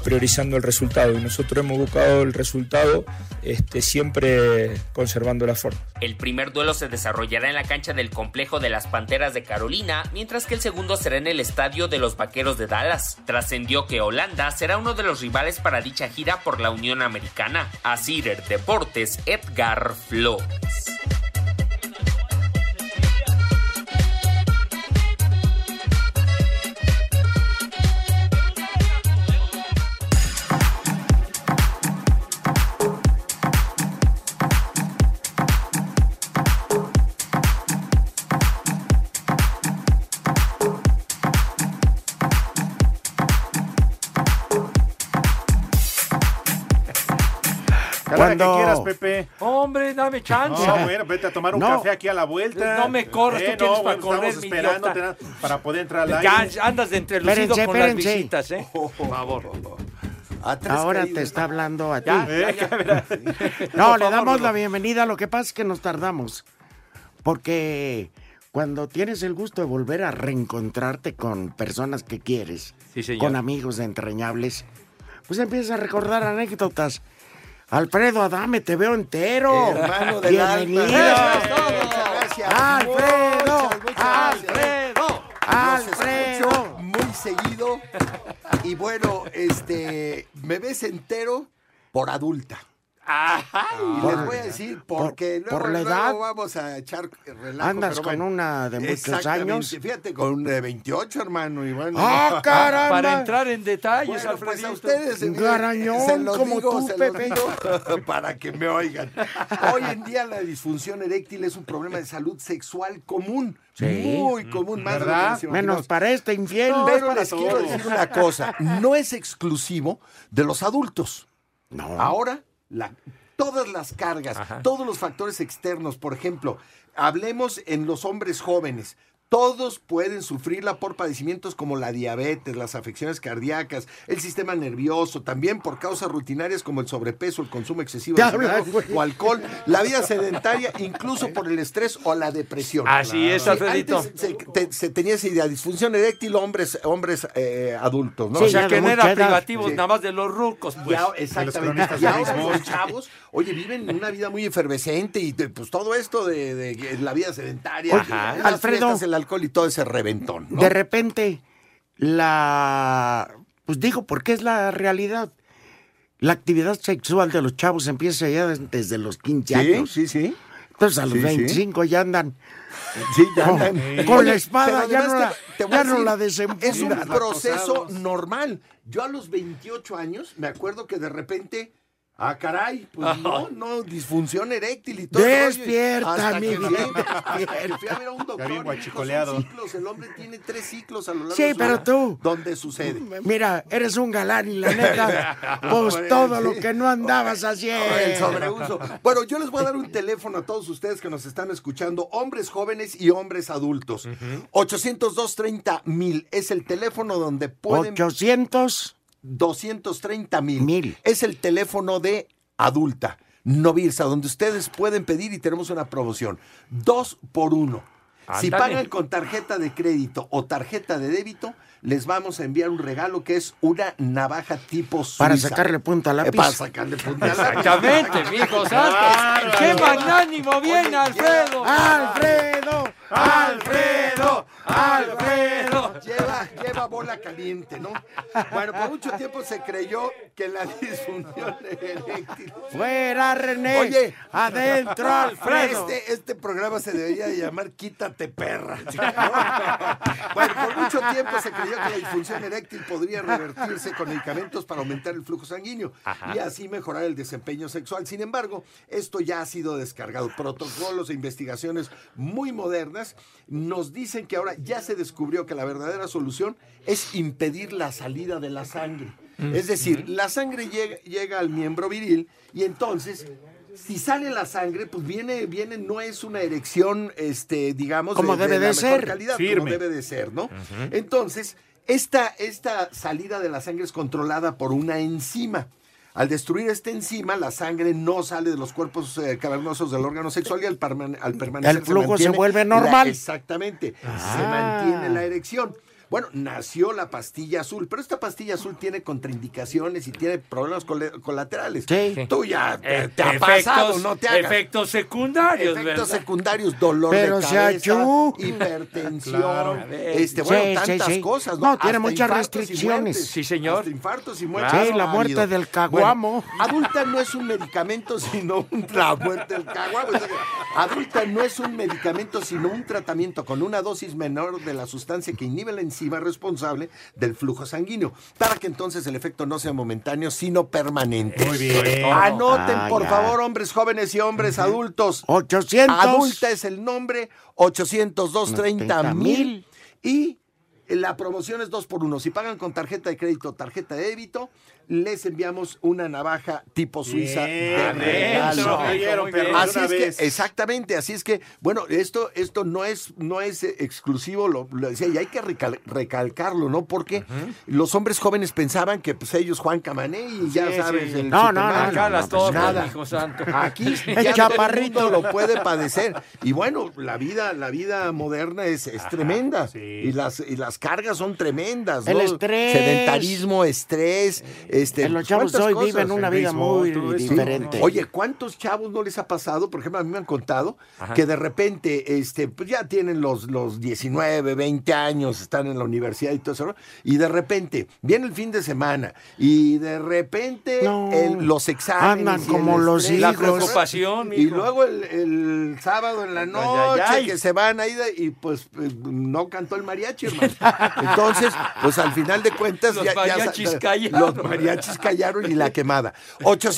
S17: priorizando el resultado. Y nosotros hemos buscado el resultado este, siempre conservando la forma.
S16: El primer duelo se desarrollará en la cancha del complejo de las Panteras de Carolina, mientras que el segundo será en el estadio de los Vaqueros de Dallas. Trascendió que Holanda será uno de los rivales para dicha gira por la Unión Americana. A Cider Deportes, Edgar Flo.
S4: Cuando que quieras, Pepe.
S5: Hombre, dame chance.
S4: No, bueno, vete a tomar un
S5: No.
S4: café aquí a la vuelta. Eh,
S5: No me corras, tú tienes para
S4: bueno,
S5: correr,
S4: Estamos
S5: mi
S4: esperándote
S5: idiota.
S4: na- para poder entrar al
S5: Ya
S4: aire.
S5: andas de entrelucido
S4: Espérense,
S5: con
S4: espérense.
S5: las visitas, ¿eh? Por favor.
S6: Ahora te está hablando a ti.
S5: Ya, ya, ya.
S6: No,
S5: Por
S6: le
S5: favor,
S6: damos
S5: Rudo.
S6: la bienvenida. Lo que pasa es que nos tardamos. Porque cuando tienes el gusto de volver a reencontrarte con personas que quieres, con amigos entrañables, pues empiezas a recordar anécdotas. Alfredo Adame, te veo entero.
S12: Hermano del
S6: Bienvenido.
S12: alma. Eso es todo. Muchas gracias.
S6: Alfredo.
S12: Muchas, muchas
S6: Alfredo.
S12: Los
S6: Alfredo.
S12: escucho Muy seguido. Y bueno, este, me ves entero por adulta.
S5: Ajá.
S12: Y les voy a decir, porque
S6: por- por
S12: luego,
S6: la
S12: luego
S6: edad,
S12: vamos a echar relajo.
S6: andas
S12: pero
S6: con
S12: bueno.
S6: una de muchos
S12: Exactamente,
S6: años.
S12: Fíjate, con una de 28, hermano. Y bueno,
S6: ¡Ah, caramba!
S5: Para entrar en detalles,
S12: Bueno, pues a
S5: Alfredito.
S12: ustedes eh,
S6: Garañón,
S12: se los
S6: como
S12: digo,
S6: tú,
S12: se los
S6: Pepe.
S12: digo para que me oigan. Hoy en día la disfunción eréctil es un problema de salud sexual común,
S6: Sí.
S12: muy común, más de lo que nos imaginamos.
S6: Menos para este infiel.
S12: Mm, No, pero les quiero decir una cosa, no es exclusivo de los adultos. Ahora, la- todas las cargas, todos los factores externos, por ejemplo, hablemos en los hombres jóvenes. Todos pueden sufrirla por padecimientos como la diabetes, las afecciones cardíacas, el sistema nervioso, también por causas rutinarias como el sobrepeso, el consumo excesivo de
S6: Ya hablas,
S12: cigarro
S6: güey.
S12: o alcohol, la vida sedentaria, incluso por el estrés o la depresión.
S5: Así Ah, es,
S12: Sí,
S5: Alfredito.
S12: antes se, te- se tenía esa idea, disfunción eréctil, hombres, hombres eh,
S6: pues,
S12: adultos, ¿no?
S5: o sea, que no
S12: era
S5: eran privativos nada más de los rucos, pues.
S12: eh, exactamente. Y ahora los chavos, oye, viven una vida muy efervescente y de- pues todo esto de, de- de la vida sedentaria,
S6: Ajá.
S12: las
S6: Alfredo.
S12: fiestas, el alcohol y todo ese reventón. ¿no?
S6: De repente, la. Pues digo, porque es la realidad. La actividad sexual de los chavos empieza ya des- desde los 15 años.
S12: sí, sí.
S6: Entonces a los
S12: Sí, sí.
S6: 25 ya andan.
S12: Sí, ya
S6: con,
S12: andan.
S6: con
S12: Oye,
S6: la espada,
S12: pero
S6: ya
S12: además
S6: no la,
S12: te- te voy
S6: ya
S12: a
S6: no
S12: decir,
S6: la
S12: Es un
S6: desempuñan.
S12: proceso normal. Yo a los 28 años me acuerdo que de repente. Ah, caray, pues no, no, disfunción eréctil y todo. el rollo, y
S6: Despierta,
S12: hasta
S6: mi
S12: que
S6: vida,
S12: fui- hasta que fui a ver a un doctor.
S4: Ya
S12: y
S4: bien
S12: me dijo, son
S4: guachicoleado.
S12: ciclos, el hombre tiene tres ciclos a lo largo
S6: Sí,
S12: de su
S6: pero
S12: vida
S6: tú.
S12: Donde sucede.
S6: Mira, eres un galán y la neta, pues
S12: Hombre,
S6: todo
S12: sí.
S6: lo que no andabas haciendo.
S12: El sobreuso. Bueno, yo les voy a dar un teléfono a todos ustedes que nos están escuchando, hombres jóvenes y hombres adultos. 802 30 mil es el teléfono donde pueden
S6: 800.
S12: 230 mil. Es el teléfono de adulta, novilsa, donde ustedes pueden pedir y tenemos una promoción. Dos por uno. Si
S5: Ándale.
S12: pagan con tarjeta de crédito o tarjeta de débito, les vamos a enviar un regalo que es una navaja tipo suiza.
S6: Para sacarle punta al
S12: Eh,
S6: lápiz.
S12: Para sacarle punta al lápiz.
S5: Exactamente, mijo santo. ¡Qué magnánimo viene, Alfredo!
S6: ¡Alfredo!
S5: ¡Alfredo! ¡Alfredo!
S12: Lleva, lleva bola caliente, ¿no? Bueno, por mucho tiempo se creyó que la disfunción eréctil.
S6: ¡Fuera, René!
S12: Oye,
S6: ¡Adentro, Alfredo!
S12: Este, este programa se debería de llamar Quítate perra. Bueno, por mucho tiempo se creyó que la disfunción eréctil podría revertirse con medicamentos para aumentar el flujo sanguíneo y así mejorar el desempeño sexual. Sin embargo, esto ya ha sido descargado. Protocolos e investigaciones muy modernas nos dicen que ahora ya se descubrió que la verdadera solución es impedir la salida de la sangre. Es decir, la sangre llega, llega al miembro viril y entonces si sale la sangre, pues viene, viene, no es una erección, este, digamos,
S6: Como debe
S12: la
S6: de
S12: mejor
S6: ser.
S12: calidad,
S4: Firme.
S12: como debe de ser, ¿no? Entonces, esta, esta salida de la sangre es controlada por una enzima. Al destruir esta enzima, la sangre no sale de los cuerpos eh, cavernosos del órgano sexual y al, perman- al permanecer
S6: El flujo se
S12: mantiene
S6: vuelve
S12: la-
S6: normal.
S12: exactamente, se
S6: Ah.
S12: mantiene la erección. Bueno, nació la pastilla azul, pero esta pastilla azul tiene contraindicaciones y tiene problemas col- colaterales.
S6: Sí.
S12: Tú ya te,
S5: Eh,
S12: te ha pasado, no te hagas.
S5: Efectos secundarios,
S12: Efectos
S5: ¿verdad?
S12: secundarios, dolor
S6: Pero
S12: de
S6: se
S12: cabeza,
S6: achú.
S12: hipertensión,
S5: Claro.
S12: este,
S6: Sí,
S12: bueno,
S6: sí,
S12: tantas
S6: sí.
S12: cosas.
S6: No,
S12: No,
S6: tiene
S12: Hasta
S6: muchas
S12: infartos y
S6: restricciones.
S12: muertes.
S5: Sí, señor.
S12: Hasta infartos y muertes.
S6: Sí, la
S12: ha
S6: muerte
S12: habido.
S6: del caguamo.
S12: Bueno, adulta no es un medicamento, sino un- la muerte del caguamo. O sea, Adulta no es un medicamento, sino un tratamiento con una dosis menor de la sustancia que inhibe la enzima responsable del flujo sanguíneo, para que entonces el efecto no sea momentáneo, sino permanente.
S4: Muy bien.
S12: Anoten,
S6: Ah,
S12: por
S6: ya.
S12: favor, hombres jóvenes y hombres adultos.
S6: 800.
S12: Adulta es el nombre, 802 30 mil. Y la promoción es 2 por 1 Si pagan con tarjeta de crédito o tarjeta de débito, les enviamos una navaja tipo suiza de
S4: Bien,
S12: regalo.
S4: eso, oyeron, perros,
S12: Así
S4: una
S12: es que,
S4: vez.
S12: exactamente, así es que, bueno, esto, esto no es, no es eh, exclusivo, lo, lo decía, y hay que recal- recalcarlo, ¿no? Porque los hombres jóvenes pensaban que pues ellos Juan Camané y ya
S5: Sí,
S12: sabes,
S5: sí.
S12: el
S6: No, no,
S12: Superman.
S6: no, no,
S5: Acá las
S6: pues
S5: tomas,
S12: nada.
S5: hijo santo.
S12: Aquí ya
S6: El chaparrito.
S12: todo el mundo lo puede padecer. Y bueno, la vida, la vida moderna es, es tremenda.
S4: sí.
S12: Y las, y las las cargas son tremendas.
S6: El
S12: ¿no?
S6: estrés.
S12: Sedentarismo, estrés. Este,
S6: Los chavos
S12: ¿cuántas
S6: hoy
S12: cosas?
S6: viven una
S12: El
S6: vida
S12: béisbol,
S6: muy
S12: todo eso.
S6: diferente.
S12: Oye, ¿cuántos chavos no les ha pasado? Por ejemplo, a mí me han contado
S6: Ajá.
S12: que de repente este, pues ya tienen los, los 19, 20 años, están en la universidad y todo eso, ¿no? y de repente viene el fin de semana y de repente el- los exámenes.
S6: Andan
S12: y el
S6: como los
S12: estrés.
S6: La hijos. preocupación,
S12: Y
S6: mijo.
S12: luego el, el sábado en la
S6: Ay, ay,
S12: noche
S6: ay.
S12: que se van ahí de- y pues eh, no cantó el mariachi, hermano. Entonces, pues al final de cuentas...
S5: Los
S12: ya- ya sa-
S5: mariachis callaron.
S12: Los mariachis callaron y la quemada.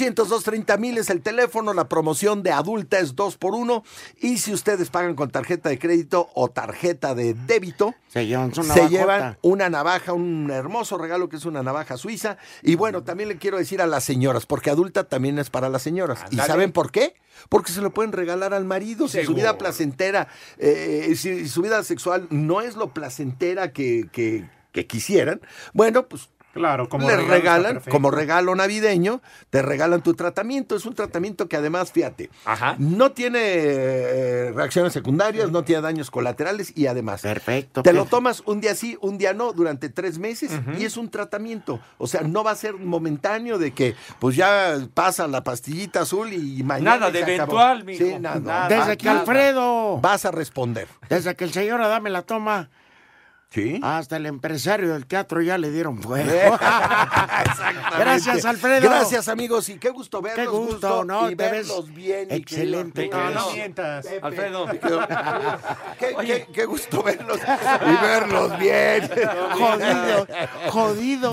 S12: 800-230 mil es el teléfono, la promoción de adulta es 2 por 1 y si ustedes pagan con tarjeta de crédito o tarjeta de débito,
S6: Se llevan su
S12: se
S6: navajota.
S12: llevan una navaja, un hermoso regalo que es una navaja suiza. Y bueno, también le quiero decir a las señoras, porque adulta también es para las señoras. ¿Y
S5: Ándale.
S12: saben por qué? Porque se lo pueden regalar al marido. Si su
S5: Seguro.
S12: vida placentera, eh, si su vida sexual no es lo placentera que, que- que quisieran, bueno, pues.
S4: Claro, como
S12: les
S4: regalo está
S12: regalan,
S4: perfecto.
S12: como regalo navideño, te regalan tu tratamiento. Es un tratamiento que además, fíjate, no tiene eh, reacciones secundarias, no tiene daños colaterales y además
S6: Perfecto.
S12: te
S6: pues.
S12: lo tomas un día sí, un día no, durante tres meses y es un tratamiento. O sea, no va a ser momentáneo de que pues ya pasa la pastillita azul y mañana.
S5: Nada de
S12: se acabó.
S5: eventual, mijo.
S12: Sí, Ah, nada.
S5: Nada.
S12: Aquí
S6: Desde que Alfredo,
S12: Vas a responder.
S6: desde que el señor Adame la toma,
S12: ¿Sí? Eh.
S6: hasta el empresario del teatro ya le dieron fuego.
S12: Exactamente.
S6: Gracias, Alfredo.
S12: Gracias, amigos. Y qué gusto verlos.
S6: Qué gusto, ¿no?
S12: Y
S6: Te ves
S12: verlos bien. mi querido
S6: excelente.
S12: Arturo.
S6: No, no
S4: mientas.
S12: Pepe.
S5: Alfredo.
S12: Qué, qué- qué- qué gusto verlos y verlos bien.
S6: Jodido, jodido.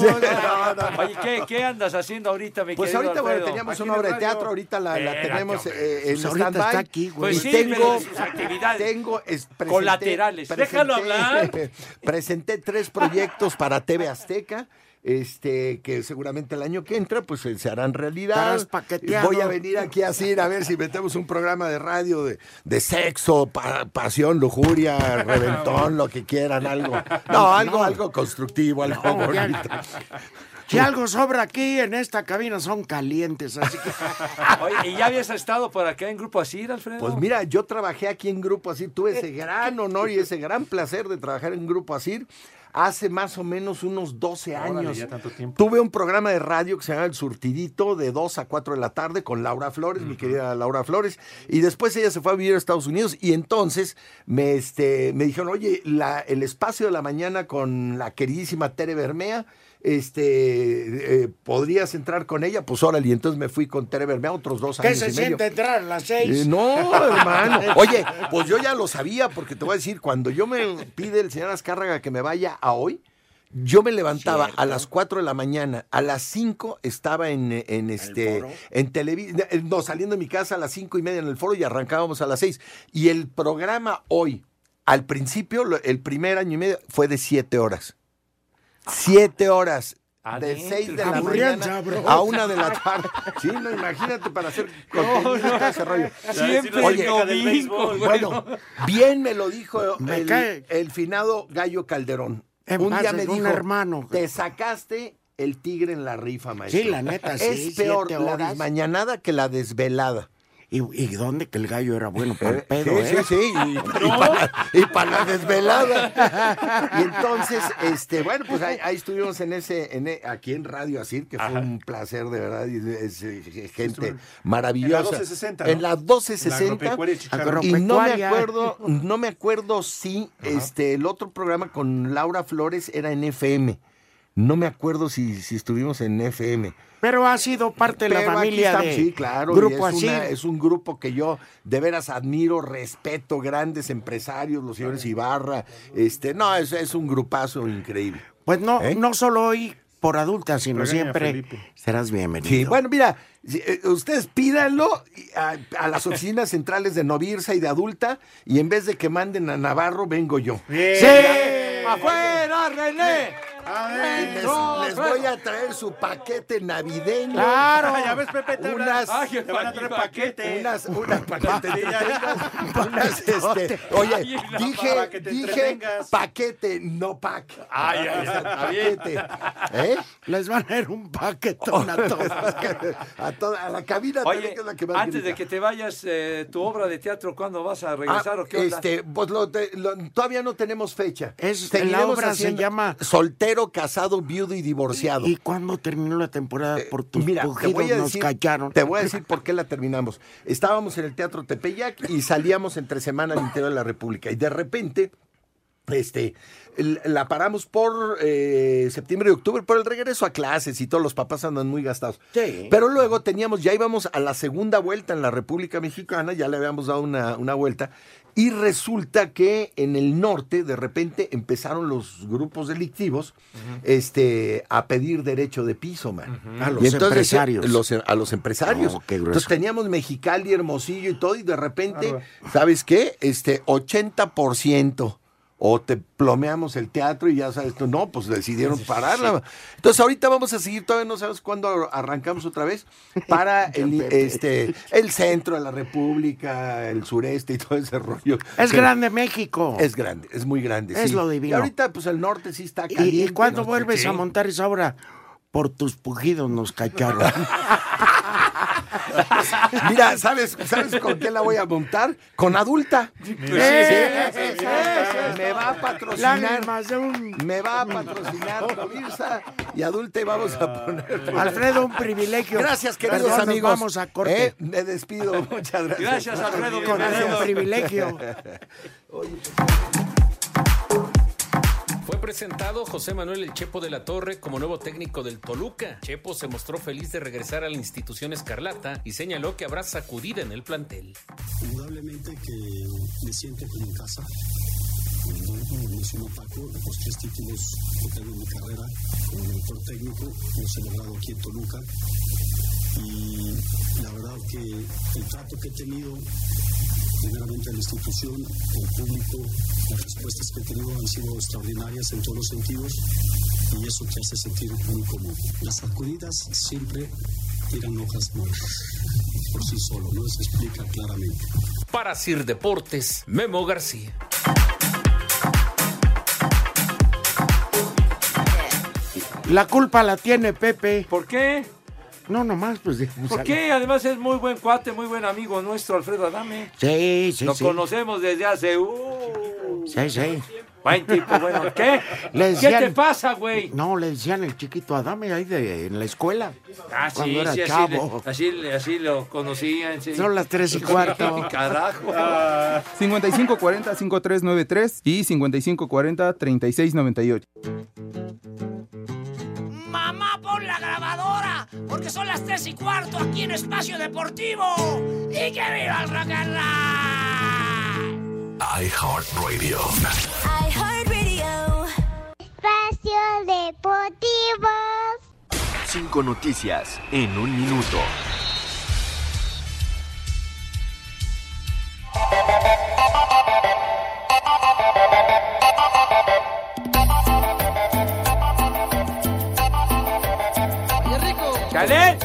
S5: Oye, ¿qué, qué andas haciendo ahorita, mi
S12: Pues
S5: querido
S12: ahorita, bueno,
S5: Alfredo?
S12: teníamos una obra de teatro, ahorita la, la
S5: Espérate,
S12: tenemos
S5: hombre.
S12: eh, en
S5: Pues ahorita
S12: stand-by.
S5: está aquí, güey.
S12: Y
S5: Pues sí,
S12: tengo,
S5: pero sus actividades
S12: tengo es- presenté-
S5: colaterales. Déjalo hablar.
S12: presenté tres proyectos para TV Azteca. Este, que seguramente el año que entra, pues se se harán realidad.
S6: Estarás paqueteado.
S12: Voy a venir aquí a CIR a ver si metemos un programa de radio de, de sexo, pa- pasión, lujuria, reventón, lo que quieran, algo. No, algo, algo constructivo, algo
S6: No, ya-
S12: bonito.
S6: Si algo sobra aquí en esta cabina son calientes, así que
S5: Oye, ¿y ya habías estado por acá en Grupo Asir, Alfredo?
S12: Pues mira, yo trabajé aquí en Grupo Asir, tuve ese gran honor y ese gran placer de trabajar en Grupo Asir hace más o menos unos 12
S4: Órale,
S12: años.
S4: ya tanto tiempo.
S12: Tuve un programa de radio que se llama El Surtidito de 2 a 4 de la tarde con Laura Flores, mi querida Laura Flores, y después ella se fue a vivir a Estados Unidos y entonces me, este, me dijeron, oye, la- el espacio de la mañana con la queridísima Tere Bermea, este, eh, ¿podrías entrar con ella? Pues órale, y entonces me fui con Tere Bermea otros dos
S6: ¿qué
S12: años
S6: se
S12: y medio.
S6: siente entrar a las
S12: Eh,
S6: seis?
S12: no, hermano. Oye, pues yo ya lo sabía, porque te voy a decir, cuando yo me pide el señor Azcárraga que me vaya a hoy, yo me levantaba a las 4 de la mañana, a las 5 estaba en, eh, en este
S6: foro?
S12: en televisión, no, saliendo de mi casa a las 5 y media en el foro y arrancábamos a las 6. Y el programa hoy, al principio, lo- el primer año y medio, fue de 7 horas. 7 horas. De
S5: Adentro.
S12: 6 de la
S6: Aburrían,
S12: mañana
S6: sabroso.
S12: a 1 de la tarde. Sí, no, imagínate para hacer contenido y todo ese rollo.
S5: Siempre
S12: Oye,
S5: el domingo, güey.
S12: Bueno, bien me lo dijo
S6: Me
S12: el,
S6: cae.
S12: el finado Gallo Calderón.
S6: En
S12: un
S6: paz,
S12: día
S6: es
S12: me
S6: un
S12: dijo,
S6: hermano.
S12: te sacaste el tigre en la rifa, maestro.
S6: Sí, la neta, sí,
S12: Es peor
S6: siete
S12: la
S6: horas.
S12: desmañanada que la desvelada.
S6: ¿Y, y dónde que el gallo era bueno para el
S12: Sí,
S6: pedo,
S12: sí,
S6: eh?
S12: sí, y, para, la desvelada. Y entonces, este, bueno, pues ahí, ahí estuvimos en ese, en e- aquí en Radio Asir, que fue un placer de verdad, y es, eh, gente
S4: Estuvieron
S12: maravillosa.
S4: en la 1260,
S12: En la 1260.
S4: ¿no? La agropecuaria de Chicharro.
S12: y no me
S6: Agropecuaria. eh.
S12: acuerdo, no me acuerdo si este el otro programa con Laura Flores era en FM. No me acuerdo si, si estuvimos en FM.
S6: Pero ha sido parte de la
S12: Pero aquí
S6: familia
S12: estamos,
S6: de
S12: sí, claro, y
S6: Grupo
S12: es,
S6: así.
S12: una- es un grupo que yo de veras admiro, respeto, grandes empresarios, los señores Ibarra, este, no, es, es un grupazo increíble.
S6: Pues no,
S12: ¿Eh?
S6: no solo hoy por adulta, sino
S4: Regaña a
S6: siempre
S4: Felipe.
S6: serás
S12: Sí,
S6: bienvenido.
S12: bueno, mira, si, eh, ustedes pídanlo y a, a las oficinas centrales de Novirsa y de Adulta y en vez de que manden a Navarro, vengo yo.
S4: Bien.
S6: Sí.
S5: ¡Afuera, René!
S12: Y Les,
S4: No,
S12: les
S4: Fran.
S12: voy a traer su paquete navideño.
S4: Claro. Ya ves, Pepe, te van a-
S12: unas,
S4: Ay, te van a traer paquete.
S12: Unas, unas paquete.
S4: Sí, ya.
S12: unas, este,
S4: Ay,
S12: oye,
S4: la para que
S12: dije,
S4: te
S12: dije
S4: entretengas.
S12: paquete, no pack.
S5: Ay, ay, ay, está bien.
S12: Paquete. ¿Eh? Les van a dar un paquetón a todos. A, toda, a la cabina
S5: Oye,
S12: también, que es la que más
S5: antes de
S12: grita.
S5: que te vayas, eh, tu obra de teatro, ¿cuándo vas a regresar
S12: Ah,
S5: o qué onda?
S12: Este, pues lo te- lo- todavía no tenemos fecha.
S6: la
S12: Seguiremos
S6: obra se
S12: haciendo-
S6: llama
S12: Soltero, casado, viudo y divorciado.
S6: ¿Y cuándo terminó la temporada por tus
S12: Oh. Eh, Mira, te
S6: pujidos
S12: voy, a
S6: nos
S12: decir,
S6: callaron?
S12: te voy a decir por qué la terminamos. Estábamos en el Teatro Tepeyac y salíamos entre semana al interior de la República. Y de repente, este, l- la paramos por eh, septiembre y octubre, por el regreso a clases y todos los papás andan muy gastados.
S6: Sí.
S12: Pero luego teníamos, ya íbamos a la segunda vuelta en la República Mexicana, ya le habíamos dado una, una vuelta. Y resulta que en el norte, de repente, empezaron los grupos delictivos este, a pedir derecho de piso, man.
S6: A los
S12: Y entonces,
S6: empresarios.
S12: eh, los- a los empresarios.
S6: No, qué grueso.
S12: entonces teníamos Mexicali, Hermosillo y todo, y de repente, ¿sabes qué? Este, 80%. O te plomeamos el teatro y ya sabes, tú, no, pues decidieron pararla. Entonces ahorita vamos a seguir, todavía no sabes cuándo ar- arrancamos otra vez, para el, este, el centro de la República, el sureste y todo ese rollo.
S6: Es
S12: Que-
S6: grande México.
S12: Es grande, es muy grande.
S6: Es
S12: sí.
S6: lo divino.
S12: Y ahorita pues el norte sí está
S6: ¿Y-
S12: caliente.
S6: ¿Y, cuándo
S12: ¿no?
S6: vuelves
S12: Sí.
S6: a montar esa obra? Por tus pujidos nos callaron.
S12: Mira, ¿sabes, ¿sabes con qué la voy a montar? Con adulta.
S6: Eh,
S12: Sí, sí, sí, sí. Me va a patrocinar.
S6: Lágrimas de un...
S12: Me va a patrocinar Novirsa y adulta y vamos a poner.
S6: Alfredo, un privilegio.
S12: Gracias, queridos
S6: Perdón, nos
S12: amigos.
S6: Vamos a corte.
S12: Eh, me despido. Muchas gracias.
S5: Gracias, Alfredo,
S6: Con
S5: bienvenido.
S6: ese privilegio.
S10: Fue presentado José Manuel El Chepo de la Torre como nuevo técnico del Toluca. Chepo se mostró feliz de regresar a la institución escarlata y señaló que habrá sacudida en el plantel.
S18: Indudablemente que me siento como en casa. Cuando como mencionó Paco, los tres títulos que tengo en mi carrera como director técnico, los he logrado aquí en Toluca. Y la verdad que el trato que he tenido, primeramente de la institución, el público, las respuestas que he tenido han sido extraordinarias en todos los sentidos y eso te hace sentir muy cómodo. Las sacudidas siempre tiran hojas muertas por sí solo, no se explica claramente.
S10: Para Sir Deportes, Memo García.
S6: La culpa la tiene Pepe.
S5: ¿Por qué?
S6: No, nomás, pues. de-
S5: ¿Por qué? Además es muy buen cuate, muy buen amigo nuestro, Alfredo Adame.
S6: Sí, sí,
S5: Lo
S6: sí.
S5: conocemos desde hace... uh,
S6: Sí, sí.
S5: buen tipo, bueno. ¿Qué?
S6: Le
S5: ¿Qué
S6: decían-
S5: te pasa, güey?
S6: No, le decían el chiquito Adame ahí de, en la escuela.
S5: Ah, sí,
S6: cuando era
S5: sí, así, le-
S6: chavo.
S5: así le- así lo conocían. sí.
S6: Son las tres y cuarto.
S5: Carajo.
S19: 5540-5393 y 5540-3698.
S7: Mamá, pon la grabadora, porque son las 3 y cuarto aquí en Espacio Deportivo. ¡Y que viva el rock and
S20: iHeartRadio.
S13: iHeartRadio. Espacio Deportivo.
S20: Cinco noticias en un minuto.
S21: ¡Canet!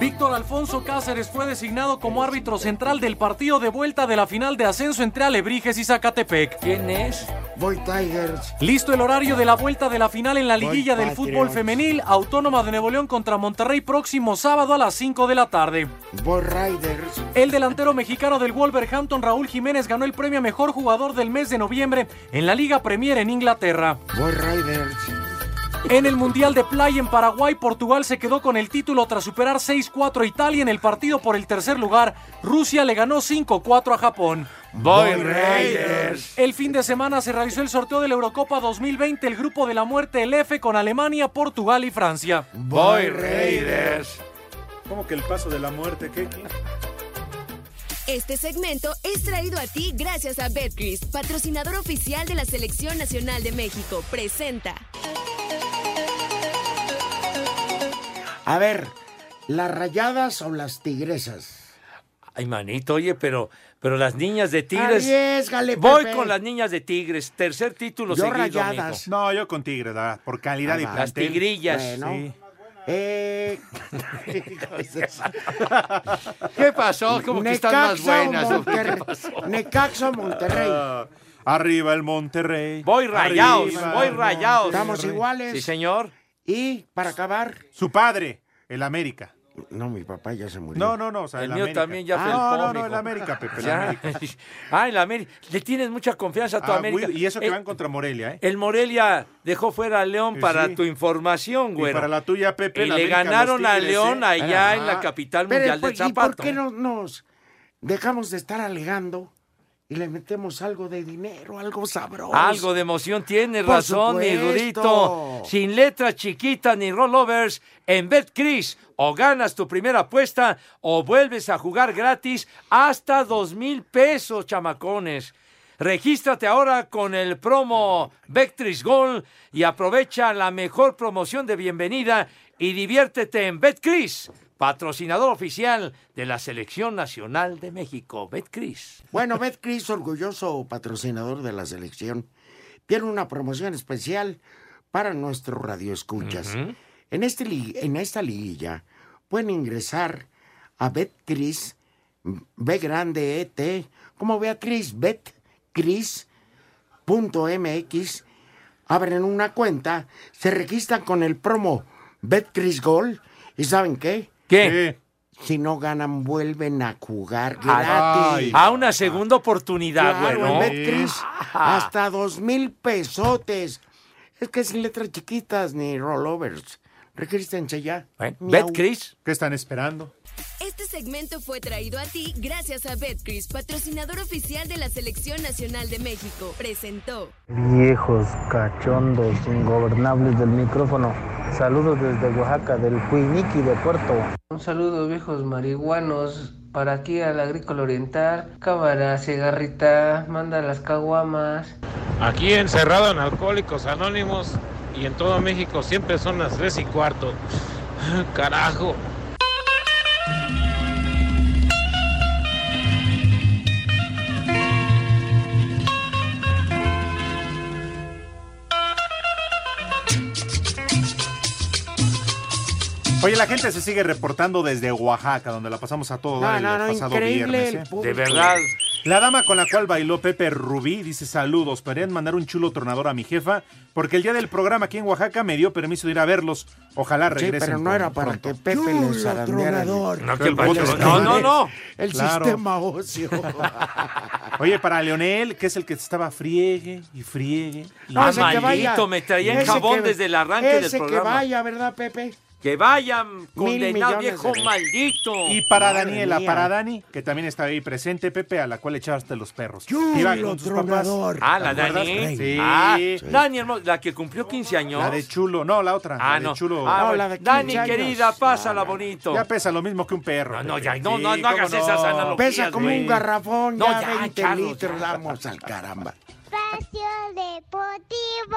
S21: Víctor Alfonso Cáceres fue designado como árbitro central del partido de vuelta de la final de ascenso entre Alebrijes y Zacatepec. ¿Quién es?
S6: Voy Tigers.
S21: Listo el horario de la vuelta de la final en la liguilla del fútbol
S6: Patriots.
S21: femenil, Autónoma de Nuevo León contra Monterrey próximo sábado a las 5 de la tarde.
S6: Voy Riders.
S21: El delantero mexicano del Wolverhampton, Raúl Jiménez, ganó el premio a mejor jugador del mes de noviembre en la Liga Premier en Inglaterra.
S6: Voy Riders.
S21: En el Mundial de Playa en Paraguay, Portugal se quedó con el título tras superar 6-4 a Italia en el partido por el tercer lugar. Rusia le ganó 5-4 a Japón.
S5: Voy Raiders.
S21: El fin de semana se realizó el sorteo de la Eurocopa 2020, el grupo de la muerte, el F, con Alemania, Portugal y Francia.
S5: Voy Raiders.
S4: ¿Cómo que el paso de la muerte? ¿Qué? qué?
S22: Este segmento es traído a ti gracias a Betcris, patrocinador oficial de la Selección Nacional de México. Presenta.
S6: A ver, ¿las rayadas o las tigresas?
S5: Ay, manito, oye, pero, Pero las niñas de Tigres.
S6: Arriésgale,
S5: voy
S6: Pepe.
S5: con las niñas de Tigres. Tercer título
S6: Yo
S5: seguido,
S6: rayadas.
S4: No, yo con Tigres, la verdad, por calidad
S5: Ah,
S4: y
S5: va.
S4: plantel.
S5: Las tigrillas.
S4: Bueno.
S5: Sí.
S6: Eh,
S5: mijo. ¿Qué pasó? Como que están más
S6: Necaxa o
S5: buenas. ¿o qué
S6: Monterrey.
S5: pasó?
S6: Necaxa o Monterrey.
S4: Ah, arriba el Monterrey.
S5: Voy rayados,
S4: Arriba
S5: voy
S4: el
S5: rayados.
S6: Estamos
S4: Monterrey.
S6: iguales.
S5: Sí, señor.
S6: Y para acabar.
S4: Su padre, el América.
S6: No, mi papá ya se murió.
S4: No, no, no. O sea,
S5: el mío
S4: América.
S5: también ya
S4: Ah,
S5: fue el
S4: No, no,
S5: pómico.
S4: no, el América, Pepe. El
S5: Ya.
S4: América.
S5: Ah, el América. Le tienes mucha confianza a tu
S4: Ah,
S5: América.
S4: muy- y eso que
S5: Eh,
S4: van contra Morelia, ¿eh?
S5: El Morelia dejó fuera a León
S4: Eh,
S5: para
S4: sí.
S5: tu información,
S4: Y
S5: güey.
S4: para la tuya, Pepe.
S5: Y
S4: el
S5: le
S4: América los
S5: ganaron a
S4: Tigres, ¿eh?
S5: León allá en la
S6: Ajá.
S5: capital
S6: Ah. Pero,
S5: mundial del
S6: pues, ¿y
S5: zapato.
S6: ¿Por qué no nos dejamos de estar alegando y le metemos algo de dinero, algo sabroso?
S5: Algo de emoción tiene
S6: Por
S5: razón, mi
S6: supuesto.
S5: durito. Sin letras chiquitas ni rollovers, en BetCris o ganas tu primera apuesta o vuelves a jugar gratis hasta dos mil pesos, chamacones. Regístrate ahora con el promo Betcris Gold y aprovecha la mejor promoción de bienvenida y diviértete en BetCris, patrocinador oficial de la Selección Nacional de México. BetCris.
S6: Bueno, Betcris, orgulloso patrocinador de la selección, tiene una promoción especial para nuestro Radio Escuchas. en, este li- en esta liguilla pueden ingresar a Betcris, B grande ET, como Beatriz, betcris.mx, abren una cuenta, se registran con el promo Betcris Gol y ¿saben qué?
S5: ¿Qué?
S6: Si no ganan, vuelven a jugar
S5: Ay,
S6: gratis.
S5: a una segunda oportunidad,
S6: Claro,
S5: bueno.
S6: en Betcris, hasta dos mil pesotes. Es que sin letras chiquitas ni rollovers. Regístrense ya. Miau.
S4: ¿Qué están esperando?
S22: Este segmento fue traído a ti gracias a Betcris, patrocinador oficial de la Selección Nacional de México. Presentó.
S1: Viejos, cachondos, ingobernables del micrófono. Saludos desde Oaxaca, del Cuiniqui de Puerto.
S23: Un saludo viejos marihuanos para aquí al agrícola oriental. Cámara, cigarrita, manda las caguamas.
S14: Aquí encerrado en Alcohólicos Anónimos y en todo México siempre son las 3 y cuarto. Carajo.
S4: Oye, la gente se sigue reportando desde Oaxaca, donde la pasamos a todo
S6: No,
S4: dar el
S6: no, no,
S4: pasado
S6: increíble
S4: viernes.
S6: el
S4: ¿eh?
S6: público. De verdad.
S4: La dama con la cual bailó Pepe Rubí dice saludos. Podrían mandar un chulo tornador a mi jefa, porque el día del programa aquí en Oaxaca me dio permiso de ir a verlos. Ojalá
S6: Sí,
S4: regresen.
S6: pero no
S4: pronto,
S6: era para
S4: pronto.
S6: que Pepe lo zarandeara.
S4: No, que
S6: El
S4: el bote
S6: bote
S4: es- no, no, no.
S6: El
S4: Claro.
S6: sistema ocio.
S4: Oye, para Leonel, que es el que estaba friegue y friegue. y-
S6: No, ese que
S5: Maldito, me traía en
S6: ese
S5: jabón
S6: que-
S5: desde el arranque del
S6: ese que
S5: programa.
S6: vaya, ¿verdad, Pepe?
S5: Que vayan, condenado
S6: millones
S5: viejo
S6: de-
S5: maldito.
S4: Y para
S6: Madre
S4: Daniela,
S6: mía.
S4: para Dani, que también está ahí presente, Pepe, a la cual echaste los perros.
S6: tronador.
S5: Ah, la
S4: ¿Te acuerdas?
S5: Dani.
S4: Sí.
S5: Ah, Dani, hermoso, la que cumplió 15 años.
S4: La de Chulo, no, la otra.
S5: Ah,
S4: la de
S5: no.
S4: Chulo.
S5: Ah, bueno. Dani, querida, pásala bonito.
S4: Ya pesa lo mismo que un perro.
S5: no,
S4: Pepe.
S5: ya, no,
S4: Sí,
S5: no, no hagas
S4: cómo
S5: esas analogías.
S6: Pesa como
S5: güey.
S6: un garrafón,
S5: No,
S6: ya,
S5: ya,
S6: 20
S5: Carlos,
S6: litros,
S5: ya.
S6: vamos al caramba.
S13: Espacio Deportivo.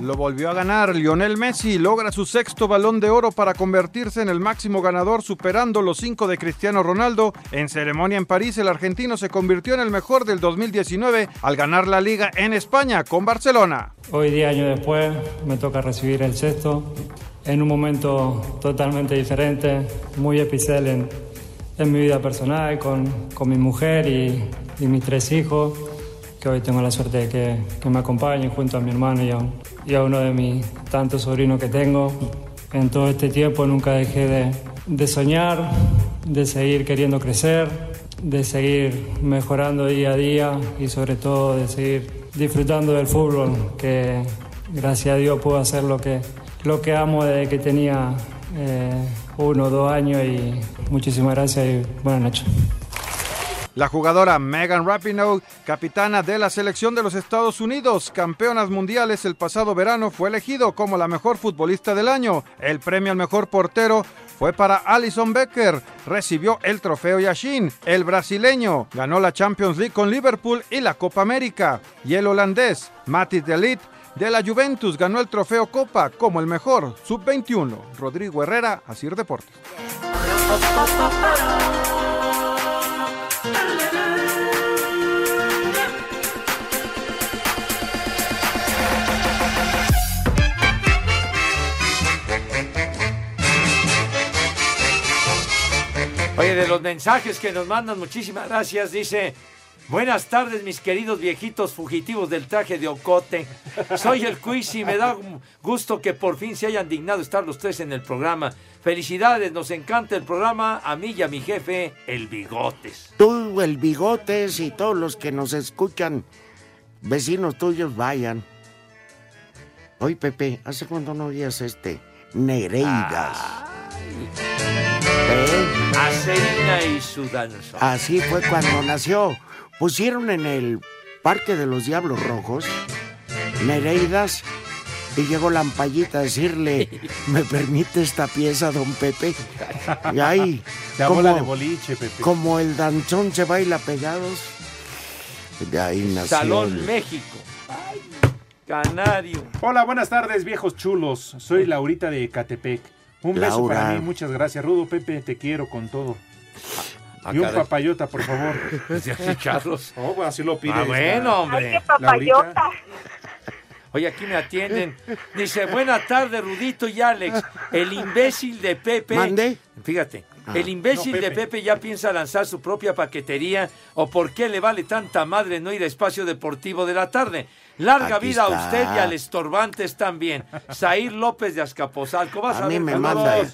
S24: Lo volvió a ganar Lionel Messi, logra su sexto balón de oro para convertirse en el máximo ganador superando los cinco de Cristiano Ronaldo. En ceremonia en París, el argentino se convirtió en el mejor del 2019 al ganar la liga en España con Barcelona.
S25: Hoy, 10 años después, me toca recibir el sexto en un momento totalmente diferente, muy especial en, en mi vida personal, con, con mi mujer y, y mis tres hijos, que hoy tengo la suerte de que, que me acompañen junto a mi hermano y a, un- y a uno de mis tantos sobrinos que tengo. En todo este tiempo nunca dejé de, de soñar, de seguir queriendo crecer, de seguir mejorando día a día y sobre todo de seguir disfrutando del fútbol, que Gracias a Dios puedo hacer lo que, lo que amo desde que tenía eh, uno o dos años y muchísimas gracias y buenas noches.
S24: La jugadora Megan Rapinoe, capitana de la selección de los Estados Unidos, campeonas mundiales el pasado verano, fue elegido como la mejor futbolista del año. El premio al mejor portero fue para Alison Becker. Recibió el trofeo Yashin, el brasileño. Ganó la Champions League con Liverpool y la Copa América. Y el holandés, Matis de Ligt, de la Juventus ganó el trofeo Copa como el mejor sub-21. Rodrigo Herrera, Asir Deportes.
S5: Oye, de los mensajes que nos mandan, muchísimas gracias. Dice, buenas tardes mis queridos viejitos fugitivos del traje de Ocote. Soy el Quiz y me da gusto que por fin se hayan dignado estar los tres en el programa. Felicidades, nos encanta el programa. A mí y a mi jefe, el Bigotes.
S6: Tú, el Bigotes y todos los que nos escuchan, vecinos tuyos, vayan. Oye, Pepe, ¿hace cuánto no oías este? Nereidas. ¿Eh?
S5: Acerina y su danza.
S6: Así fue cuando nació. Pusieron en el Parque de los Diablos Rojos Nereidas y llegó Lampallita a decirle, ¿me permite esta pieza, don Pepe? Y ahí,
S4: La bola de boliche, Pepe.
S6: como el danzón se baila pegados, de ahí nació.
S4: Salón
S6: el-
S5: México. Canario.
S4: Hola, buenas tardes, viejos chulos. Soy Laurita de Ecatepec. Un beso
S6: Laura.
S4: para mí, muchas gracias. Rudo, Pepe, te quiero con todo.
S5: Ah,
S4: y un
S5: caray.
S4: papayota, por favor.
S5: Ya, sí, Carlos.
S4: Oh, bueno, así lo pide.
S5: Ah, bueno, hombre. Ay, qué
S4: Laurita.
S5: Oye, aquí me atienden. Dice, buena tarde, Rudito y Alex. El imbécil de Pepe.
S6: ¿Mande?
S5: Fíjate.
S6: Ah.
S5: El imbécil
S6: No,
S5: de
S6: Pepe.
S5: Pepe ya piensa lanzar su propia paquetería o por qué le vale tanta madre no ir a espacio deportivo de la tarde. Larga
S6: Aquí
S5: vida
S6: está.
S5: a usted y al estorbantes también. Zair López de Azcapotzalco. Vas a,
S6: A mí
S5: ver,
S6: me
S5: saludos.
S6: manda.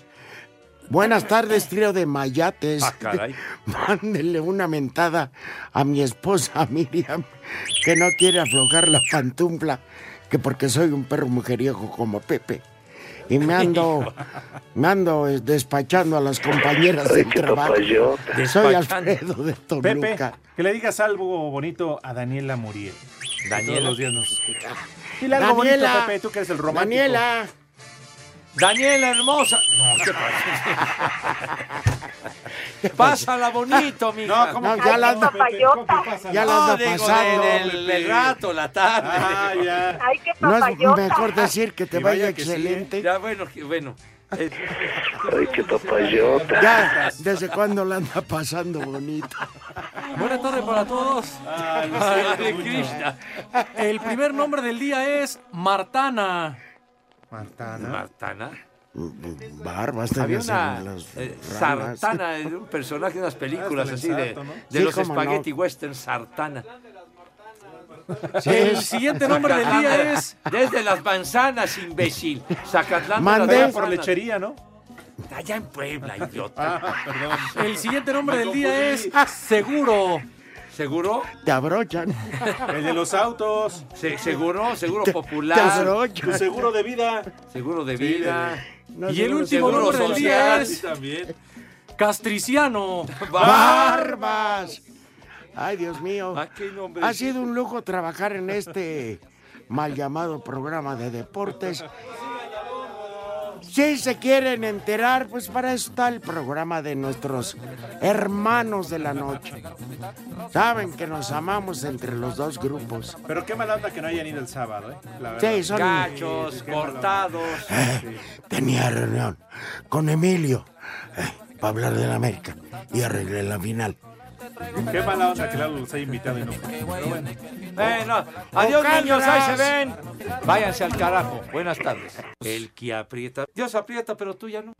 S6: Buenas tardes, trío de mayates.
S5: Ah, caray.
S6: Mándenle una mentada a mi esposa Miriam, que no quiere aflojar la pantumpla, que porque soy un perro mujeriego como Pepe. Y me ando, me ando eh, despachando a las compañeras del trabajo. Soy Alfredo de
S4: Pepe,
S6: Toluca.
S4: que le digas algo bonito a Daniela Muriel.
S5: Daniela.
S4: Todos los días nos escucha. Dile algo bonito, Pepe, tú que eres el romántico.
S6: Daniela.
S5: Daniela hermosa. No, ¿qué pasa? Pásala bonito, mija.
S4: No, ¿cómo No, que ya la anda-
S6: ya la anda
S5: digo, Ah,
S6: pasando,
S5: del-
S6: Pepe.
S5: del rato, la tarde.
S4: Ah, ya.
S5: Ay, qué
S6: No es mejor decir que te
S5: Y
S6: vaya,
S5: vaya que sí, ¿eh?
S6: excelente.
S5: Ya, bueno, que- bueno. Eh,
S6: Ay, qué papayota. Ya, ¿desde cuándo la anda pasando bonito?
S21: Buenas tardes para todos.
S5: Hare Krishna.
S21: El primer nombre del día es Martana.
S4: Martana.
S5: Martana.
S6: Barbas
S5: Había
S6: tenías
S5: una
S6: en las
S5: eh,
S6: ramas.
S5: sartana, era un personaje de unas películas
S21: Ah,
S5: así
S21: hasta el
S5: de,
S21: santo, ¿no?
S5: de
S6: Sí,
S5: los
S6: cómo no.
S5: spaghetti western, sartana.
S6: Sí,
S21: El
S6: es-
S21: siguiente nombre del día es-
S5: Desde las manzanas, imbécil. Zacatlán.
S21: Mande.
S5: Allá
S21: Por lechería,
S4: ¿no? Ah,
S5: Allá en Puebla, idiota.
S21: El siguiente nombre
S5: Me
S21: del día es
S5: confundí.
S21: Seguro.
S5: ¿Seguro?
S6: Te abrochan.
S4: El de los autos.
S5: Se- seguro, seguro
S6: Te- te
S5: popular.
S6: abrocha.
S4: Tu seguro de vida.
S5: Seguro de
S4: Sí,
S5: vida.
S4: de-
S6: No,
S21: Y el
S5: seguro-
S21: último
S5: seguro
S21: nombre del día
S5: social.
S21: es-
S4: También.
S21: Castriciano.
S6: Barbas. Ay, Dios mío.
S21: Ah, qué nombre.
S6: Ha sido un lujo trabajar en este mal llamado programa de deportes. Si se quieren enterar, pues para eso está el programa de nuestros hermanos de la noche. Saben que nos amamos entre los dos grupos.
S4: Pero qué mala onda que no hayan ido el sábado, ¿eh? La verdad.
S6: Sí, son- Gachos,
S4: qué mala onda.
S6: Tenía reunión con Emilio eh, para hablar de la América y arreglé la final.
S4: Qué mala onda que Lalo los haya invitado y no fue. Pero bueno.
S5: Bueno, adiós
S4: Ocalras.
S5: niños, ahí se ven. Váyanse al carajo. Buenas tardes. El que aprieta. Dios aprieta, pero tú ya no.